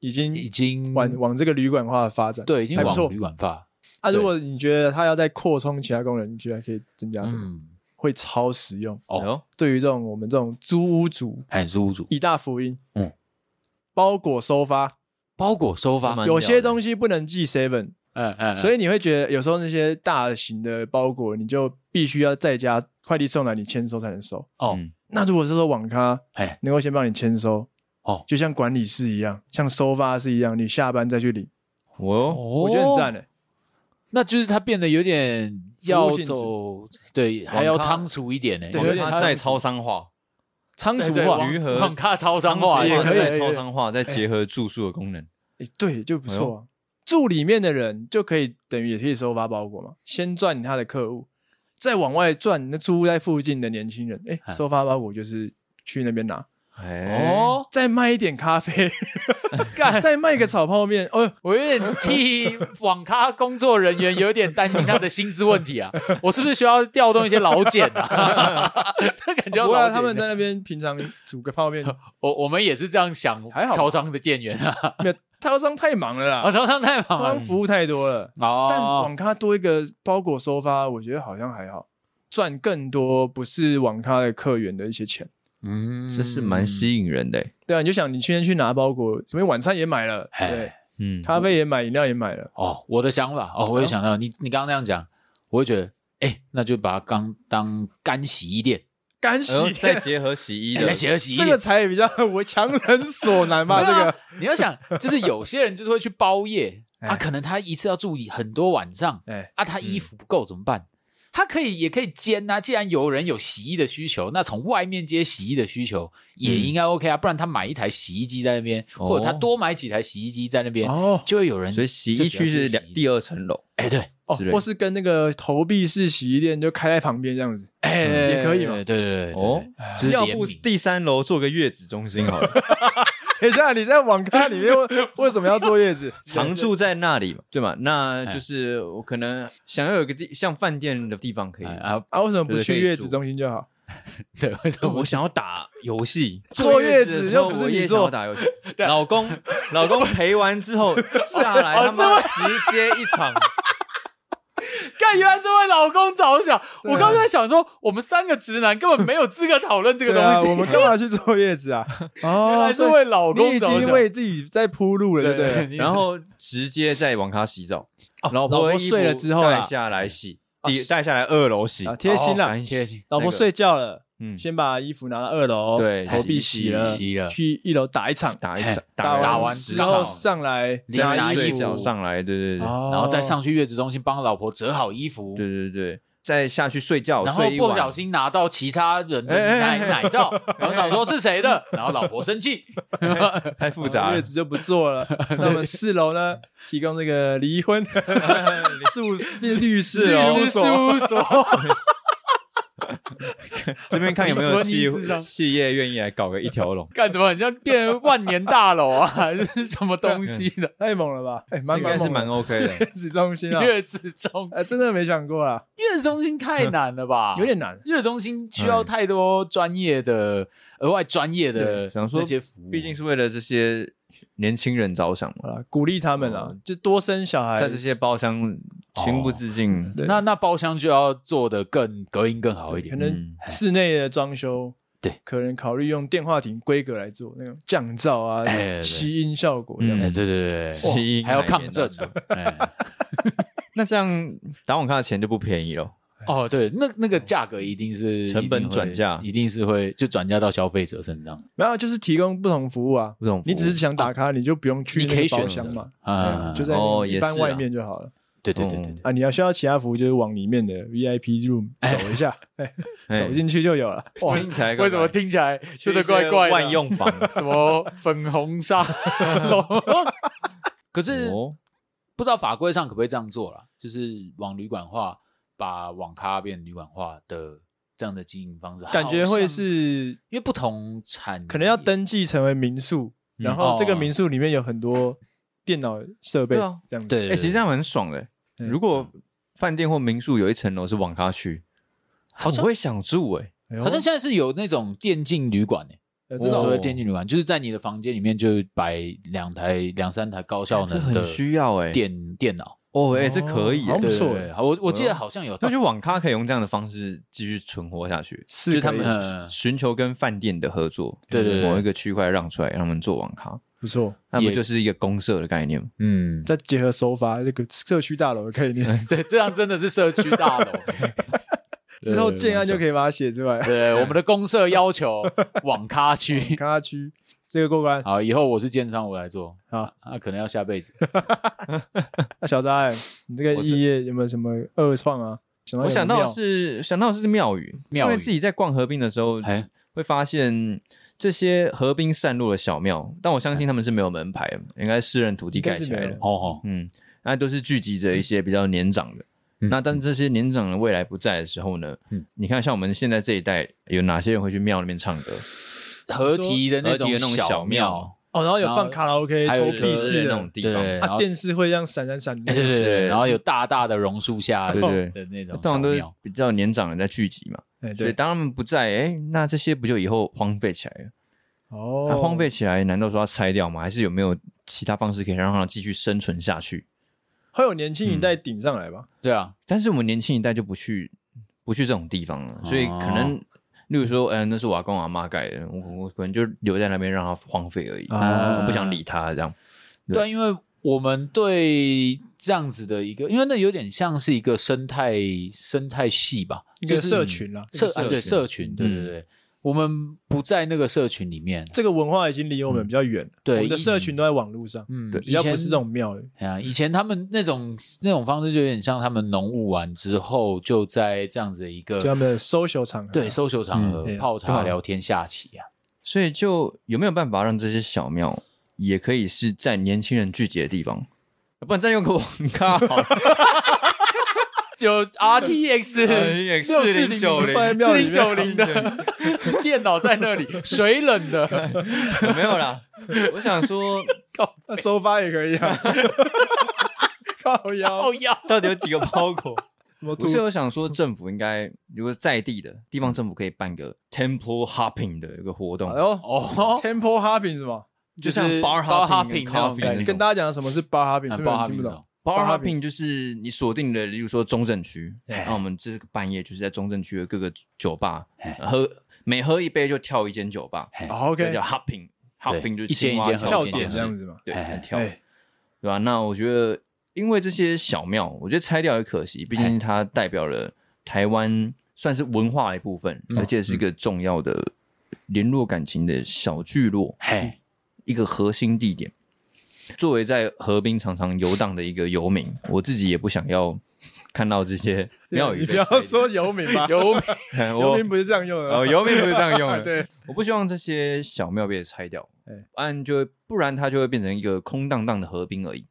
Speaker 1: 已经
Speaker 2: 已经
Speaker 1: 往往这个旅馆化的发展？
Speaker 2: 对，已经
Speaker 1: 还不
Speaker 2: 往
Speaker 1: 错
Speaker 2: 旅馆发，
Speaker 1: 啊。
Speaker 2: 对
Speaker 1: 如果你觉得它要再扩充其他功能，你觉得还可以增加什么？
Speaker 2: 嗯，
Speaker 1: 会超实用。
Speaker 2: 哦
Speaker 3: 哎呦，
Speaker 1: 对于这种我们这种租屋族，
Speaker 2: 很舒服。
Speaker 1: 一大福音。
Speaker 2: 嗯，
Speaker 1: 包裹收发，
Speaker 2: 包裹收
Speaker 3: 是
Speaker 2: 发
Speaker 3: 吗，
Speaker 1: 有些东西不能寄 seven，
Speaker 2: 嗯嗯，
Speaker 1: 所
Speaker 2: 以
Speaker 1: 以你会觉得有时候那些大型的包裹，你就必须要在家快递送来，你签收才能收。
Speaker 2: 哦，
Speaker 3: 嗯
Speaker 1: 那如果是说网咖
Speaker 2: 哎，
Speaker 1: 能够先帮你签收，
Speaker 2: 哦
Speaker 1: 就像管理室一样，像收发室一样，你下班再去领，
Speaker 3: 我哦
Speaker 2: 我
Speaker 1: 我觉得很赞，欸诶、
Speaker 2: 哦那就是它变得有点要
Speaker 1: 服务性质
Speaker 2: 走，对，
Speaker 3: 咖
Speaker 2: 还要仓促一点呢，
Speaker 1: 对
Speaker 2: 有
Speaker 1: 有点
Speaker 2: 点
Speaker 3: 它哦在超 商化，
Speaker 1: 仓
Speaker 2: 对
Speaker 1: 储
Speaker 2: 对
Speaker 1: 化，
Speaker 2: 网
Speaker 3: 鱼和
Speaker 2: 网咖超商化
Speaker 1: 也可以哎
Speaker 3: 在超商化，再结合住宿的功能。
Speaker 1: 诶对，就不错、啊。住里面的人就可以等于也可以收发包裹嘛，先赚他的客户，再往外赚那住在附近的年轻人。哎、
Speaker 2: 哎
Speaker 1: 收发包裹就是去那边拿，
Speaker 3: 哎，
Speaker 2: 哦，
Speaker 1: 再卖一点咖啡，
Speaker 2: 干，
Speaker 1: 再卖个炒泡面。哦、
Speaker 2: 我有点替网咖工作人员有点担心他的薪资问 题啊，我是不是需要调动一些劳检啊？ 这感觉要
Speaker 1: 不过
Speaker 2: 劳
Speaker 1: 啊
Speaker 2: 检
Speaker 1: 他们在那边平常煮个泡面，
Speaker 2: 我我们也是这样想，
Speaker 1: 还好吧
Speaker 2: 超商的店员啊，
Speaker 1: 没有超商太忙了
Speaker 2: 我
Speaker 1: 啦，
Speaker 2: 手上太忙
Speaker 1: 超商
Speaker 2: 了。
Speaker 1: 服务太多了。但
Speaker 2: 哦
Speaker 1: 网咖多一个包裹收发，我觉得好像还好，赚更多不是网咖的客源的一些钱。
Speaker 2: 嗯
Speaker 3: 这是蛮吸引人的欸。
Speaker 1: 对啊，你就想你今天去拿包裹，什么晚餐也买了，
Speaker 2: 哎
Speaker 1: 对，
Speaker 3: 嗯，
Speaker 1: 咖啡也买，饮料也买了，
Speaker 2: 哦，我的想法哦，我也想到你，你刚刚那样讲，我会觉得，哎，那就把它刚当干洗衣店，
Speaker 1: 干
Speaker 3: 然后
Speaker 1: 洗
Speaker 3: 再结合洗衣
Speaker 2: 哎
Speaker 3: 的
Speaker 2: 来，洗个洗衣
Speaker 1: 这
Speaker 2: 店。
Speaker 1: 个才比较我强人所难 吧？这
Speaker 2: 对啊
Speaker 1: 个，
Speaker 2: 你要想，就是有些人就是会去包夜，
Speaker 1: 哎
Speaker 2: 啊，可能他一次要住很多晚上，
Speaker 1: 哎，
Speaker 2: 啊，他衣服不够怎么办？他可以也可以兼啊，既然有人有洗衣的需求，那从外面接洗衣的需求也应该 OK 啊，不然他买一台洗衣机在那边，
Speaker 3: 哦
Speaker 2: 或者他多买几台洗衣机在那边，
Speaker 1: 哦
Speaker 2: 就会有人
Speaker 3: 所以洗衣区是两第
Speaker 2: 二，
Speaker 3: 二层楼，
Speaker 2: 哎对，
Speaker 1: 哦
Speaker 3: 之类，的
Speaker 1: 或是跟那个投币式洗衣店就开在旁边这样子，
Speaker 2: 哎
Speaker 1: 嗯也可以嘛
Speaker 2: 对对对对对
Speaker 3: 哦
Speaker 2: 就是
Speaker 3: 要
Speaker 2: 联
Speaker 3: 不
Speaker 2: 名
Speaker 3: 第三楼做个月子中心好了，
Speaker 1: 等一下，你在网咖里面为为什么要坐月子？
Speaker 3: 常住在那里嘛，对嘛？
Speaker 2: 哎
Speaker 3: 那就是我可能想要有个地像饭店的地方可以
Speaker 2: 哎啊，
Speaker 1: 啊，为什么不
Speaker 3: 对
Speaker 1: 去
Speaker 3: 可以
Speaker 1: 月子
Speaker 3: 住
Speaker 1: 中心就好？
Speaker 2: 对，为什么
Speaker 3: 呃我想要打游戏，
Speaker 1: 坐月子
Speaker 3: 的时候
Speaker 1: 又不是
Speaker 3: 我也
Speaker 1: 你坐
Speaker 3: 想要打游戏。老 公，老公陪完之后下
Speaker 1: 哦
Speaker 3: 来，他妈直接一 场。
Speaker 2: 干，原来是为老公着想。
Speaker 1: 对啊
Speaker 2: 我刚才想说，我们三个直男根本没有资格讨论这个
Speaker 1: 对啊
Speaker 2: 东 西。
Speaker 1: 我们干嘛去坐月子 啊？
Speaker 2: 原
Speaker 1: 哦，
Speaker 2: 来是为老
Speaker 1: 你
Speaker 2: 公
Speaker 1: 已
Speaker 2: 着想。
Speaker 1: 经为自己在铺路了，对
Speaker 2: 对
Speaker 1: 不对？
Speaker 3: 然后直接在网咖洗澡，老
Speaker 1: 哦老婆
Speaker 3: 婆衣服
Speaker 1: 睡了之后啊
Speaker 3: 带下来洗，
Speaker 1: 啊
Speaker 3: 第带下来二楼洗
Speaker 1: 啊，，贴心啦，
Speaker 3: 赶紧
Speaker 2: 贴心，
Speaker 1: 老婆
Speaker 3: 那个
Speaker 1: 睡觉了，
Speaker 3: 嗯，
Speaker 1: 先把衣服拿到二楼，
Speaker 3: 对
Speaker 1: 投币洗了，
Speaker 2: 洗了
Speaker 1: 去一楼打一场，
Speaker 3: 打一场
Speaker 2: 嘿，
Speaker 3: 完
Speaker 2: 打
Speaker 1: 完
Speaker 2: 完
Speaker 1: 之
Speaker 2: 之
Speaker 1: 后
Speaker 2: 后
Speaker 1: 上来
Speaker 2: 再拿
Speaker 1: 拿哦
Speaker 2: 衣
Speaker 3: 睡
Speaker 2: 服
Speaker 3: 觉上来，对对对，
Speaker 2: 然
Speaker 1: 然
Speaker 2: 后再，上去月子中心帮老婆折好衣服，
Speaker 3: 对对对，再下去睡觉，
Speaker 2: 然后
Speaker 3: 睡一
Speaker 2: 不
Speaker 3: 晚
Speaker 2: 小心拿到其他人的
Speaker 3: 哎哎
Speaker 2: 奶
Speaker 3: 哎哦
Speaker 2: 奶罩，然后想说是谁的，然后老婆生 气。
Speaker 3: 太复杂
Speaker 1: 月
Speaker 3: 了，
Speaker 1: 子就不做 了。那我们四楼呢，提供这个离婚 诉 律师
Speaker 2: 律师事
Speaker 1: 哦所，
Speaker 2: 务所，
Speaker 3: 这边看有没有
Speaker 2: 什么
Speaker 3: 企
Speaker 2: 意思啊，
Speaker 3: 企业愿意来搞个一条龙
Speaker 2: 干怎么很像变成万年大楼啊，还是什么东西的
Speaker 1: 太猛了吧？哎，蛮
Speaker 3: 应该
Speaker 1: 蛮
Speaker 3: 是
Speaker 1: 猛
Speaker 3: 蛮
Speaker 1: 的，
Speaker 3: OK 的。
Speaker 1: 月子中心啊，
Speaker 2: 月子中
Speaker 1: 哎
Speaker 2: 心？
Speaker 1: 真的没想过啊，
Speaker 2: 月子中心太
Speaker 3: 嗯
Speaker 2: 难了吧？
Speaker 3: 啊
Speaker 1: 有点难。
Speaker 2: 月子中心需
Speaker 3: 哎
Speaker 2: 要太多专业的、额外专业的
Speaker 3: 对想说
Speaker 2: 那些服务，
Speaker 3: 嗯毕竟是为了这些年轻人着想嘛，
Speaker 1: 好了，鼓励他们啊
Speaker 3: 哦，
Speaker 1: 就多生小孩，
Speaker 3: 在这些包厢情不自禁，
Speaker 1: 对
Speaker 2: 那那包厢就要做的更隔音更好一
Speaker 1: 可
Speaker 2: 点。
Speaker 1: 能
Speaker 3: 嗯
Speaker 1: 室内的装修，
Speaker 2: 对，
Speaker 1: 可能考虑用电话亭规格来做那种降噪啊
Speaker 2: 哎对、对
Speaker 1: 吸音效果这样
Speaker 3: 嗯
Speaker 2: 哎，
Speaker 1: 子。
Speaker 2: 对对对
Speaker 3: 吸
Speaker 2: 对，
Speaker 3: 引
Speaker 2: 哇还要
Speaker 3: 奶源
Speaker 2: 抗震
Speaker 3: 大
Speaker 2: 呢。哎
Speaker 3: 那这样打网咖的钱就不便宜了。
Speaker 2: 哦，对，那那个价格一定是
Speaker 3: 成本
Speaker 2: 一定会
Speaker 3: 转嫁
Speaker 2: 一定是会就转嫁到消费者身上。
Speaker 1: 然后就是提供不同服务啊，
Speaker 3: 不同服务
Speaker 1: 你只是想打卡，你就不用去
Speaker 2: 你
Speaker 1: 那
Speaker 2: 可以
Speaker 1: 个
Speaker 2: 选
Speaker 1: 包
Speaker 2: 择
Speaker 1: 厢嘛，
Speaker 2: 啊
Speaker 1: 嗯，就在
Speaker 3: 哦
Speaker 1: 一
Speaker 3: 也
Speaker 1: 般
Speaker 3: 是啊
Speaker 1: 外面就好了
Speaker 2: 对对对对
Speaker 3: 嗯
Speaker 2: 对，
Speaker 1: 啊。你要需要其他服务，就是往里面的 VIP room
Speaker 2: 哎
Speaker 1: 走一下，
Speaker 3: 哎
Speaker 1: 走进去就有了。哇，
Speaker 3: 听起来
Speaker 2: 为什么听起来
Speaker 3: 去
Speaker 2: 真
Speaker 3: 一
Speaker 2: 的怪
Speaker 3: 些
Speaker 2: 怪的？
Speaker 3: 万用房
Speaker 2: 什么粉红沙龙？ 可是
Speaker 3: 哦，
Speaker 2: 不知道法规上可不可以这样做啦，就是往旅馆化，把网咖变旅馆化的这样的经营方式，
Speaker 1: 感觉
Speaker 2: 好
Speaker 1: 会
Speaker 2: 像
Speaker 1: 是
Speaker 2: 因为不同产业
Speaker 1: 可能要登记成为民宿，
Speaker 3: 嗯
Speaker 1: 然后这个
Speaker 2: 哦
Speaker 1: 民宿里面有很多电脑设备
Speaker 3: 对啊，
Speaker 1: 这样子。
Speaker 2: 对，
Speaker 3: 哎，其实这样很爽的。
Speaker 1: 对
Speaker 3: 如果饭店或民宿有一层楼是网咖区，
Speaker 2: 好像
Speaker 3: 我会想住哎。
Speaker 1: 哎呦，
Speaker 2: 好像现在是有那种电竞旅馆诶、
Speaker 1: 哎
Speaker 2: 欸，
Speaker 1: 真的
Speaker 2: 所
Speaker 1: 哦
Speaker 2: 谓电竞旅馆就是在你的房间里面就摆两台两三台高效
Speaker 3: 这
Speaker 2: 能的
Speaker 3: 很需要哎。
Speaker 2: 电电脑，
Speaker 3: 哦，哎，这可以
Speaker 1: 哦
Speaker 3: 哎
Speaker 1: 好。不
Speaker 2: 对
Speaker 1: 错
Speaker 2: 对对好我我记得好像有，
Speaker 3: 我觉得网咖可以用这样的方式继续存活下去，
Speaker 1: 是
Speaker 3: 就是他
Speaker 1: 可以
Speaker 3: 们
Speaker 2: 嗯
Speaker 3: 寻求跟饭店的合作，
Speaker 2: 对对对
Speaker 3: 某一个区块让出来，让他们做网咖，
Speaker 1: 不错，
Speaker 3: 那不
Speaker 2: 也
Speaker 3: 就是一个公社的概念吗？
Speaker 2: 嗯，
Speaker 1: 再结合手法这个社区大楼的概念，
Speaker 2: 对，这样真的是社区 大楼。
Speaker 1: 之后建案就可
Speaker 2: 以。
Speaker 1: 以把它写出 来。
Speaker 2: 对，我们的公社要求网 咖区。
Speaker 1: 咖区这个过关，
Speaker 2: 好，以后我是建商，我来做。
Speaker 1: 好，
Speaker 2: 啊，可能要下辈子。
Speaker 1: 那小张，你这个
Speaker 3: 我这
Speaker 1: 异业有没有什么二创啊？想到
Speaker 3: 我
Speaker 1: 有
Speaker 3: 想到
Speaker 1: 庙
Speaker 3: 的是想到的是庙宇，
Speaker 2: 庙宇
Speaker 3: 因为自己在逛河滨的时候，
Speaker 2: 哎，
Speaker 3: 会发现这些河滨散落的小庙，但我相信他们是没有门牌的，应该是私人土地
Speaker 1: 应该
Speaker 3: 盖
Speaker 1: 是
Speaker 3: 起来
Speaker 1: 没
Speaker 3: 的
Speaker 1: 有。
Speaker 2: 哦哦，
Speaker 3: 嗯，那都是聚集着一些比较年长的。
Speaker 2: 嗯
Speaker 3: 那当这些年长的未来不在的时候呢？
Speaker 2: 嗯
Speaker 3: 你看，像我们现在这一代，有哪些人会去庙里面唱歌？
Speaker 2: 合体的那种
Speaker 3: 合体的那种
Speaker 2: 小庙
Speaker 3: 小庙，
Speaker 1: 哦，然后有
Speaker 2: 然后
Speaker 1: 放卡拉 OK、
Speaker 2: 还有
Speaker 1: 投
Speaker 2: 一个
Speaker 1: 币
Speaker 2: 是
Speaker 1: 式
Speaker 3: 那
Speaker 1: 的
Speaker 3: 种地
Speaker 2: 对，
Speaker 3: 方，
Speaker 2: 对然
Speaker 1: 啊，
Speaker 2: 后
Speaker 1: 电视会这样闪闪闪
Speaker 2: 哎
Speaker 1: 的
Speaker 2: 对对对，
Speaker 3: 对
Speaker 2: 然后有大大的榕树下，
Speaker 3: 对对
Speaker 2: 的那种
Speaker 3: 通
Speaker 2: 小
Speaker 3: 常都是
Speaker 2: 庙。
Speaker 3: 比较年长人在聚集嘛。
Speaker 1: 哎，
Speaker 3: 所以
Speaker 1: 对，
Speaker 3: 当他们不在，哎，那这些不就以后荒废起来了？
Speaker 1: 哦
Speaker 3: 那、，荒废起来，难道说要拆掉吗？还是有没有其他方式可以让它继续生存下去。
Speaker 1: 会有年
Speaker 2: 嗯
Speaker 1: 轻一代顶上来吧？
Speaker 2: 对啊，
Speaker 3: 但是我们年轻一代就不去不去这种地方了，所以可能，
Speaker 1: 哦
Speaker 3: 例如说，嗯、那是我阿公阿妈盖的，我我可能就留在那边让它荒废而已，
Speaker 1: 啊
Speaker 3: 我不想理它这样。对
Speaker 2: 对啊，因为我们对这样子的一个，因为那有点像是一个生态生态系吧，
Speaker 1: 一
Speaker 2: 就
Speaker 1: 个
Speaker 2: 是
Speaker 1: 社群啦，
Speaker 2: 社
Speaker 1: 一个
Speaker 2: 啊对社群，对对
Speaker 3: 嗯
Speaker 2: 对，我们不在那个社群里面，
Speaker 1: 这个文化已经离我们比较远了，
Speaker 2: 嗯对
Speaker 1: 我们的社群都在网络上，
Speaker 2: 嗯，
Speaker 3: 对
Speaker 1: 比
Speaker 2: 以
Speaker 1: 较
Speaker 2: 前
Speaker 1: 不是这种庙了。
Speaker 2: 哎呀，以前他们那种那种方式就有点像他们农务完之后，就在这样子的一
Speaker 1: 就他
Speaker 2: 个
Speaker 1: 们的 social 场合，
Speaker 2: 对 social 场合
Speaker 1: 嗯
Speaker 2: 泡
Speaker 3: 对
Speaker 2: 茶、
Speaker 3: 啊
Speaker 2: 聊天、下棋啊，
Speaker 3: 所以就有没有办法让这些小庙也可以是在年轻人聚集的地方？不然再用个网咖好了，
Speaker 2: 就 RTX 六四零
Speaker 3: 4090
Speaker 1: 放在
Speaker 2: 四
Speaker 1: 庙里
Speaker 2: 零
Speaker 1: 面
Speaker 2: 九零的 电脑在那里，水冷 的，
Speaker 3: 没有啦。我想说，
Speaker 1: 那收发也可以啊， 靠腰
Speaker 2: 哦，要
Speaker 3: 到底有几个包裹？
Speaker 1: 什么
Speaker 3: 不
Speaker 1: 猪
Speaker 3: 是， 我想说，政府应该如果在地的地方政府可以办个 temple hopping 的一个活动
Speaker 1: 哎，呦
Speaker 2: 哦，
Speaker 1: ，temple hopping 是吗？
Speaker 2: 就
Speaker 3: 就是像 bar
Speaker 2: bar
Speaker 3: hopping
Speaker 2: 哎那种
Speaker 3: 跟 coffee
Speaker 2: 概念
Speaker 3: 那
Speaker 1: 跟大家讲什么是 bar hopping，
Speaker 2: 啊
Speaker 1: 是不是
Speaker 2: bar
Speaker 1: 你听不
Speaker 2: hopping
Speaker 1: 懂？
Speaker 3: Bar
Speaker 1: Bar
Speaker 3: hopping 就是你锁定的，例如说中正区，
Speaker 1: 对
Speaker 3: 那我们这个半夜就是在中正区的各个酒吧
Speaker 2: 哎
Speaker 3: 喝，每喝一杯就跳一间酒吧，
Speaker 2: 嘿
Speaker 1: 哦
Speaker 3: 这叫
Speaker 1: ，OK，
Speaker 3: hopping。hopping 就是
Speaker 2: 一间一
Speaker 3: 青蛙
Speaker 2: 间喝
Speaker 1: 跳
Speaker 2: 一
Speaker 1: 点
Speaker 2: 间
Speaker 1: 这
Speaker 2: 间
Speaker 1: 样子嘛，
Speaker 3: 对，
Speaker 2: 哎
Speaker 3: 很跳，
Speaker 1: 哎，
Speaker 3: 对吧、那我觉得，因为这些小庙，我觉得拆掉也可惜，毕
Speaker 1: 哎
Speaker 3: 竟它代表了台湾算是文化的一部分，
Speaker 2: 嗯
Speaker 3: 而且是一个重要的联络感情的小聚落，
Speaker 2: 嘿，
Speaker 3: 一个核心地点。作为在河滨常常游荡的一个游民，我自己也不想要看到这些庙宇
Speaker 1: 你不
Speaker 3: 被拆
Speaker 1: 要
Speaker 3: 掉。
Speaker 1: 说游民吧，
Speaker 2: 有
Speaker 1: 游
Speaker 3: 我
Speaker 1: 民不是这样 用的啊
Speaker 3: 哦，，游民不是这样用 的。
Speaker 1: 对，
Speaker 3: 我不希望这些小庙被拆掉
Speaker 1: 哎，
Speaker 3: 不然就会不然它就会变成一个空荡荡的河滨而已。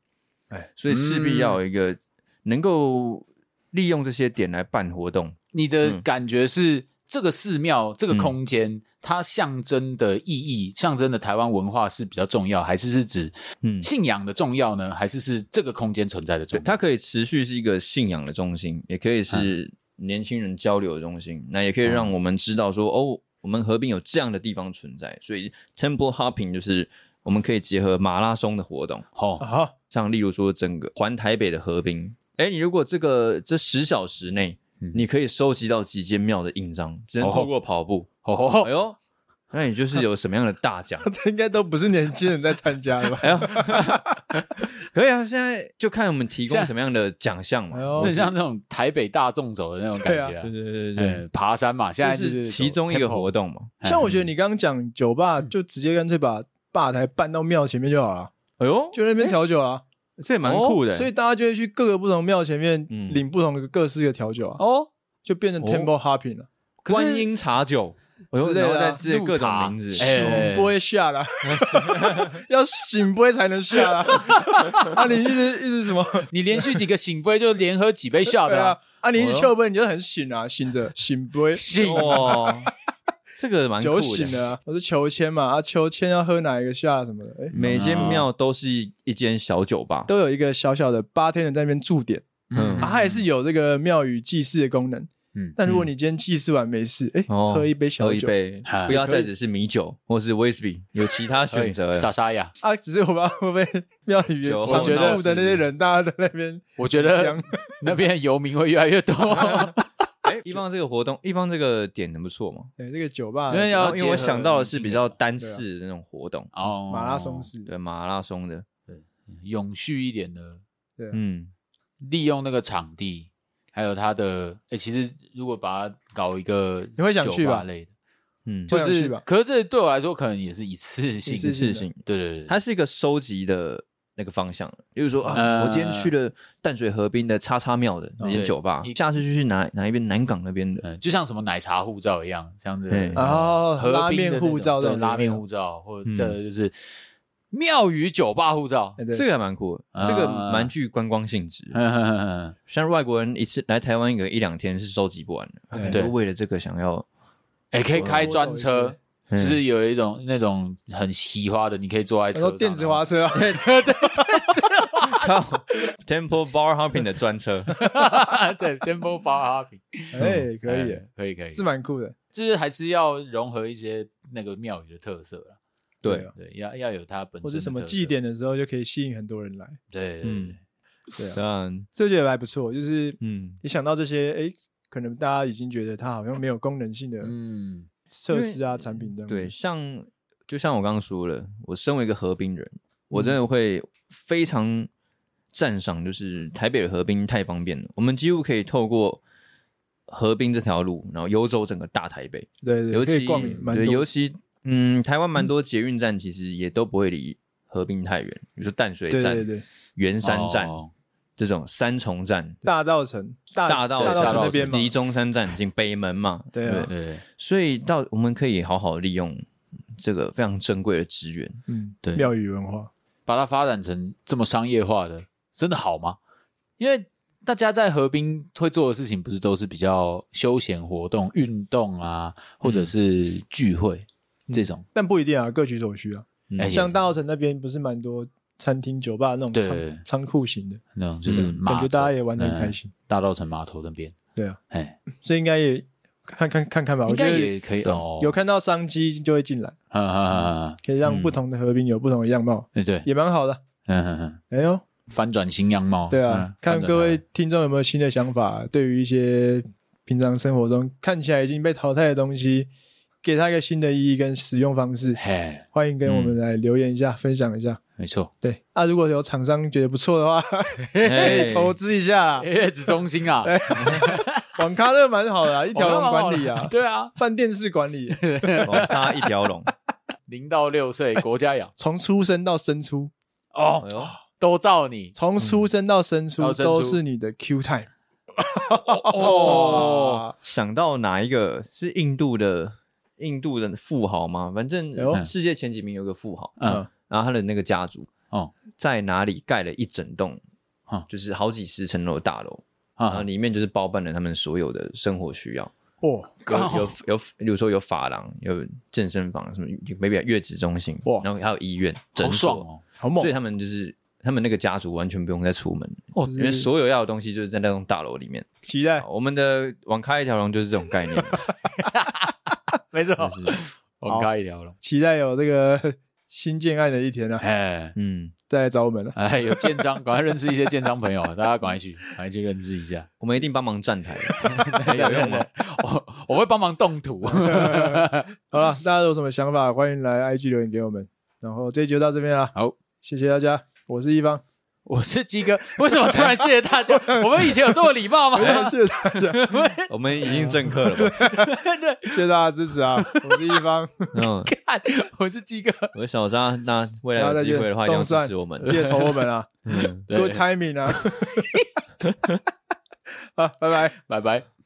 Speaker 1: 哎，
Speaker 3: 所以势必要有一个能够利用这些点来办活动。
Speaker 2: 你的
Speaker 3: 嗯
Speaker 2: 感觉是这个寺庙、这个
Speaker 3: 嗯
Speaker 2: 空间，它象征的意义、象征的台湾文化是比较重要，还是是指
Speaker 3: 嗯，
Speaker 2: 信仰的重要呢？还是是这个空间存在的重
Speaker 3: 对，
Speaker 2: 要？
Speaker 3: 它可以持续是一个信仰的中心，也可以
Speaker 1: 哎
Speaker 3: 是年轻人交流的中心，那也可以让我们知道说，哦，我们河滨有这样的地方存在。所以 Temple Hopping 就是我们可以结合马拉松的活动，
Speaker 2: 哦，
Speaker 1: 啊好，
Speaker 3: 像例如说整个环台北的河滨，哎，你如果这个这十小时内，
Speaker 2: 嗯
Speaker 3: 你可以收集到几间庙的印章，只能
Speaker 2: 哦
Speaker 3: 透过跑步。
Speaker 2: 哦
Speaker 3: 哎呦，那你就是有什么样的大奖？
Speaker 1: 这应该都不是年轻人在参加 的吧？
Speaker 3: 哎呦，可以啊！现在就看我们提供什么样的奖项嘛
Speaker 1: 哎。呦
Speaker 2: 这像那种台北大众走的那种感觉、
Speaker 3: 对
Speaker 2: 啊，
Speaker 3: 对对对对，
Speaker 2: 嗯，爬山嘛，现在
Speaker 3: 这
Speaker 2: 是
Speaker 3: 哎是其中一个活
Speaker 2: 动，
Speaker 3: 动嗯嘛。
Speaker 1: 像我觉得你刚刚讲酒吧，就直接干脆把吧台搬到庙前面就好了，
Speaker 3: 哎呦，
Speaker 1: 就那边调酒啊，
Speaker 3: 这也蛮酷
Speaker 1: 哦
Speaker 3: 的。
Speaker 1: 所以大家就会去各个不同庙前面
Speaker 3: 嗯
Speaker 1: 领不同的各式的调酒啊，
Speaker 2: 哦，
Speaker 1: 就变成
Speaker 3: 哦
Speaker 1: temple hopping 了，
Speaker 2: 可是
Speaker 3: 观音茶酒，哎
Speaker 1: 之
Speaker 3: 呦，
Speaker 1: 类的啊
Speaker 3: 然后再这些各
Speaker 2: 入茶
Speaker 3: 种名字，
Speaker 2: 哎
Speaker 1: 醒不会下 啦，要醒不会才能下啦。 啊，你一直一直什么？
Speaker 2: 你连续几个醒杯就连喝几杯笑
Speaker 1: 对
Speaker 2: 的、
Speaker 1: 啊
Speaker 2: 啊，，
Speaker 1: 啊，
Speaker 3: 哦
Speaker 1: 你一直秋杯，你就很醒啊，醒着醒不
Speaker 3: 啊
Speaker 1: 会。
Speaker 2: 醒
Speaker 3: 哇，这个蛮酷
Speaker 1: 酒醒
Speaker 3: 的。
Speaker 1: 了啊，我是求签嘛，啊，求签要喝哪一个下什么的，
Speaker 2: 嗯
Speaker 1: 哎，
Speaker 3: 每间庙都是一一间小酒吧，
Speaker 1: 都有一个小小的八天的在那边驻点，
Speaker 3: 嗯
Speaker 1: 啊，它也是有这个庙宇祭祀的功能。
Speaker 2: 嗯
Speaker 1: 但如果你今天祭祀完没事，哎，
Speaker 3: 哦
Speaker 1: 喝一杯小
Speaker 3: 喝一
Speaker 1: 酒
Speaker 3: 杯
Speaker 2: 哎，
Speaker 3: 不要再只是米酒或是威士忌，有其他选择。
Speaker 2: 莎莎呀，
Speaker 1: 啊，只是我不知道会不会 庙里面
Speaker 3: 酒
Speaker 1: 常
Speaker 2: 我觉得
Speaker 1: 住的那些人，大家在那 边
Speaker 2: 我觉
Speaker 1: 讲
Speaker 2: 得， 那边的游民会越来越多，
Speaker 3: 哎，一方这个活动，一方这个点很不错嘛。
Speaker 1: 哎，这个酒吧
Speaker 2: 因为要
Speaker 3: 然后因为我
Speaker 2: 结合
Speaker 3: 想到的是
Speaker 2: 年轻人
Speaker 3: 比较单式的那种活动，
Speaker 2: 哦，
Speaker 1: 马拉松式的，
Speaker 3: 对马拉松的，
Speaker 2: 永续一点的，
Speaker 3: 嗯，
Speaker 2: 利用那个场地，还有它的，哎、其实如果把它搞一个，
Speaker 1: 你会想去吧
Speaker 2: 类的，
Speaker 3: 嗯，
Speaker 2: 就
Speaker 1: 会想
Speaker 2: 是
Speaker 1: 去吧，
Speaker 2: 可是这对我来说可能也是一次性，
Speaker 1: 一次性的
Speaker 3: 事情，
Speaker 2: 对对对，
Speaker 3: 它是一个收集的那个方向。例如说
Speaker 2: 呃
Speaker 3: 啊，我今天去了淡水河滨的叉叉庙的那间酒吧
Speaker 2: 对，
Speaker 3: 下次就去哪哪一边南港那边的。
Speaker 2: 嗯，就像什么奶茶护照一样，这样子
Speaker 3: 嗯，
Speaker 1: 哦
Speaker 2: 河
Speaker 1: 拉
Speaker 2: 滨的
Speaker 1: 面
Speaker 2: 那种
Speaker 1: 护照这
Speaker 2: 对，
Speaker 1: 种
Speaker 2: 拉面
Speaker 1: 东西
Speaker 2: 护照，或者
Speaker 3: 嗯
Speaker 2: 这就是庙宇酒吧护照，
Speaker 1: 哎对
Speaker 3: 这个还蛮酷的，这个
Speaker 2: 啊
Speaker 3: 蛮具观光性质。
Speaker 1: 嗯
Speaker 3: 像外国人一次来台湾有一两天是收集不完的，
Speaker 1: 对
Speaker 3: 都为了这个想要，
Speaker 2: 哎，可以开专
Speaker 1: 我
Speaker 2: 车，就
Speaker 3: 嗯
Speaker 2: 是有一种那种很奇花的，你可以坐在
Speaker 1: 我说
Speaker 2: 车上，哦嗯
Speaker 1: 电子滑车啊，
Speaker 3: 靠 Temple Bar Hopping 的专 车。
Speaker 2: 然后， 对，Temple Bar Hopping，嗯
Speaker 1: 哎， 可以耶，
Speaker 2: 哎可以可以，
Speaker 1: 是蛮酷的。
Speaker 2: 就是还是要融合一些那个庙宇的特色啦
Speaker 3: 对
Speaker 1: 啊，
Speaker 2: 对，要要有它本身
Speaker 1: 或者
Speaker 2: 的
Speaker 1: 什么
Speaker 2: 特色
Speaker 1: 祭，典的时候就可以吸引很多人来，
Speaker 2: 对，
Speaker 3: 嗯
Speaker 2: 嗯，
Speaker 1: 对啊，
Speaker 3: 但
Speaker 1: 这我觉得还不错。就是
Speaker 3: 嗯，
Speaker 1: 一想到这些，哎，可能大家已经觉得它好像没有功能性的
Speaker 2: 嗯，
Speaker 1: 设施啊、产品这样。
Speaker 3: 对，，像就像我刚刚说了，我身为一个河滨人，我真的
Speaker 1: 嗯
Speaker 3: 会非常赞赏，就是台北的河滨太方便了，我们几乎可以透过河滨这条路，然后游走整个大台北，
Speaker 1: 对对，
Speaker 3: 尤
Speaker 1: 可
Speaker 3: 其
Speaker 1: 以逛蛮
Speaker 3: 对，尤
Speaker 1: 多。
Speaker 3: 其嗯，台湾蛮多捷运站其实也都不会离河滨太远，比如说淡水
Speaker 1: 对
Speaker 3: 站、
Speaker 1: 对对，
Speaker 3: 圆山站、
Speaker 2: 哦
Speaker 3: 这种三重站。
Speaker 1: 大道城、大
Speaker 3: 大道
Speaker 1: 啊大道
Speaker 3: 城
Speaker 1: 城那边嘛，
Speaker 3: 离中山站近北门嘛，
Speaker 1: 对啊
Speaker 3: 不
Speaker 2: 对
Speaker 3: 所以到我们可以好好利用这个非常珍贵的资 源。
Speaker 1: 嗯，
Speaker 2: 对
Speaker 1: 庙宇文化，
Speaker 2: 把它发展成这么商业化的，真的好吗？因为大家在河滨会做的事情，不是都是比较休闲活动、运动啊，或
Speaker 1: 嗯
Speaker 2: 者是聚会、这种？
Speaker 1: 但不一定啊，各取所需啊。
Speaker 3: 嗯
Speaker 2: 哎
Speaker 1: 嗯像大稻城那边不是蛮多餐厅、酒吧那种
Speaker 2: 对
Speaker 1: 仓仓库型的，
Speaker 2: 那种就是
Speaker 3: 嗯
Speaker 2: 码头
Speaker 1: 感觉大家也玩得很开心
Speaker 2: 嗯大稻城码头那边，
Speaker 1: 对啊，
Speaker 2: 哎，
Speaker 1: 所以应该也看看看看吧。我
Speaker 2: 应
Speaker 1: 觉
Speaker 2: 该
Speaker 1: 得啊
Speaker 2: 也可以哦。
Speaker 1: 有看嗯到商机就会进来，
Speaker 2: 哈，哈哈哈，哎
Speaker 1: 可以让不同的河滨有不同的样貌，
Speaker 2: 对对，
Speaker 1: 也蛮好的。
Speaker 2: 嗯嗯嗯，
Speaker 1: 哎呦，
Speaker 2: 翻转新样貌。
Speaker 1: 对
Speaker 2: 嗯
Speaker 1: 啊，看各位，听众有没有新的想法，对于一些平常生活中看起来已经被淘汰的东西，给它一个新的意义跟使用方式
Speaker 2: 翻转，嘿，
Speaker 1: 欢迎跟我们来留言一下，分享一下。
Speaker 2: 没错，
Speaker 1: 对啊，如果有厂商觉得不错的话，可以投资一下。
Speaker 2: 月子中 心啊，，
Speaker 1: 哎网咖这个蛮好的啊，一条龙管理啊
Speaker 2: 对啊，
Speaker 1: 饭店式管理，
Speaker 3: 网咖哦一条龙。
Speaker 1: 哎
Speaker 2: 零到六岁国家养
Speaker 1: 从出生到生出，
Speaker 2: 哦
Speaker 3: 哎，呦，
Speaker 2: 都照 你
Speaker 1: 从出生到生出
Speaker 2: 到生出
Speaker 1: 都是你的 Q time。
Speaker 2: 哦，
Speaker 1: 哇，
Speaker 3: 想到哪一个是印度的印度的富豪吗？反
Speaker 1: 哎呦
Speaker 3: 正世界前几名有个富豪，
Speaker 2: 嗯
Speaker 3: 然后他的那个家族
Speaker 2: 哦
Speaker 3: 在哪里盖了一整栋
Speaker 2: 啊，
Speaker 3: 就是好几十层楼的大楼，然
Speaker 1: 嗯
Speaker 3: 后
Speaker 2: 啊，
Speaker 3: 里面就是包办了他们所有的生活需要。
Speaker 1: 哦，
Speaker 3: 有有有，比如说有发廊、有健身房，什么 maybe 月子中心
Speaker 1: 哇，
Speaker 3: 然后还有医院、
Speaker 2: 好
Speaker 3: 诊
Speaker 2: 爽
Speaker 3: 所，
Speaker 2: 哦，
Speaker 1: 好猛
Speaker 3: 所以！他们就是他们那个家族完全不用再出门，
Speaker 1: 就
Speaker 3: 因为
Speaker 1: 是哎
Speaker 3: 所有要的东西就是在那栋大楼里面。
Speaker 1: 期待
Speaker 3: 我们的网咖一条龙就是这种概念，
Speaker 2: 没错，
Speaker 3: 就是
Speaker 2: 我开一条龙，
Speaker 1: 期待有这个 新建案的一天啊，
Speaker 2: 哎。
Speaker 3: 嗯，
Speaker 1: 再来找我们了。
Speaker 2: 哎，有建商， 赶快认识一些建商朋友，啊 大家赶快去，赶快去认识一 下，
Speaker 3: 我们一定帮忙站台，有 用吗？
Speaker 2: 我我会帮忙动土，
Speaker 1: 好了，大家有什么想法，欢迎来 IG 留言给我们。然后这一集就到这边啦，
Speaker 2: 好，
Speaker 1: 谢谢大家，我是一 方，
Speaker 2: 我是鸡 哥，为什么突然谢谢大家？我们以前有这么礼貌 吗？
Speaker 1: 谢谢大家，
Speaker 3: 我们已经正课了吧？
Speaker 1: 谢谢大家支持啊，我是一方，
Speaker 3: 嗯，
Speaker 2: 看，我是鸡哥，
Speaker 3: 我是小沙，那未来
Speaker 1: 然后
Speaker 3: 有
Speaker 1: 再
Speaker 3: 机
Speaker 1: 见
Speaker 3: 会的话，一定要
Speaker 1: 动
Speaker 3: 支
Speaker 1: 算
Speaker 3: 持我们。
Speaker 1: 记得投我们啊
Speaker 3: 嗯，
Speaker 2: 对
Speaker 1: ，Good timing 啊，好，拜拜。
Speaker 2: 拜拜。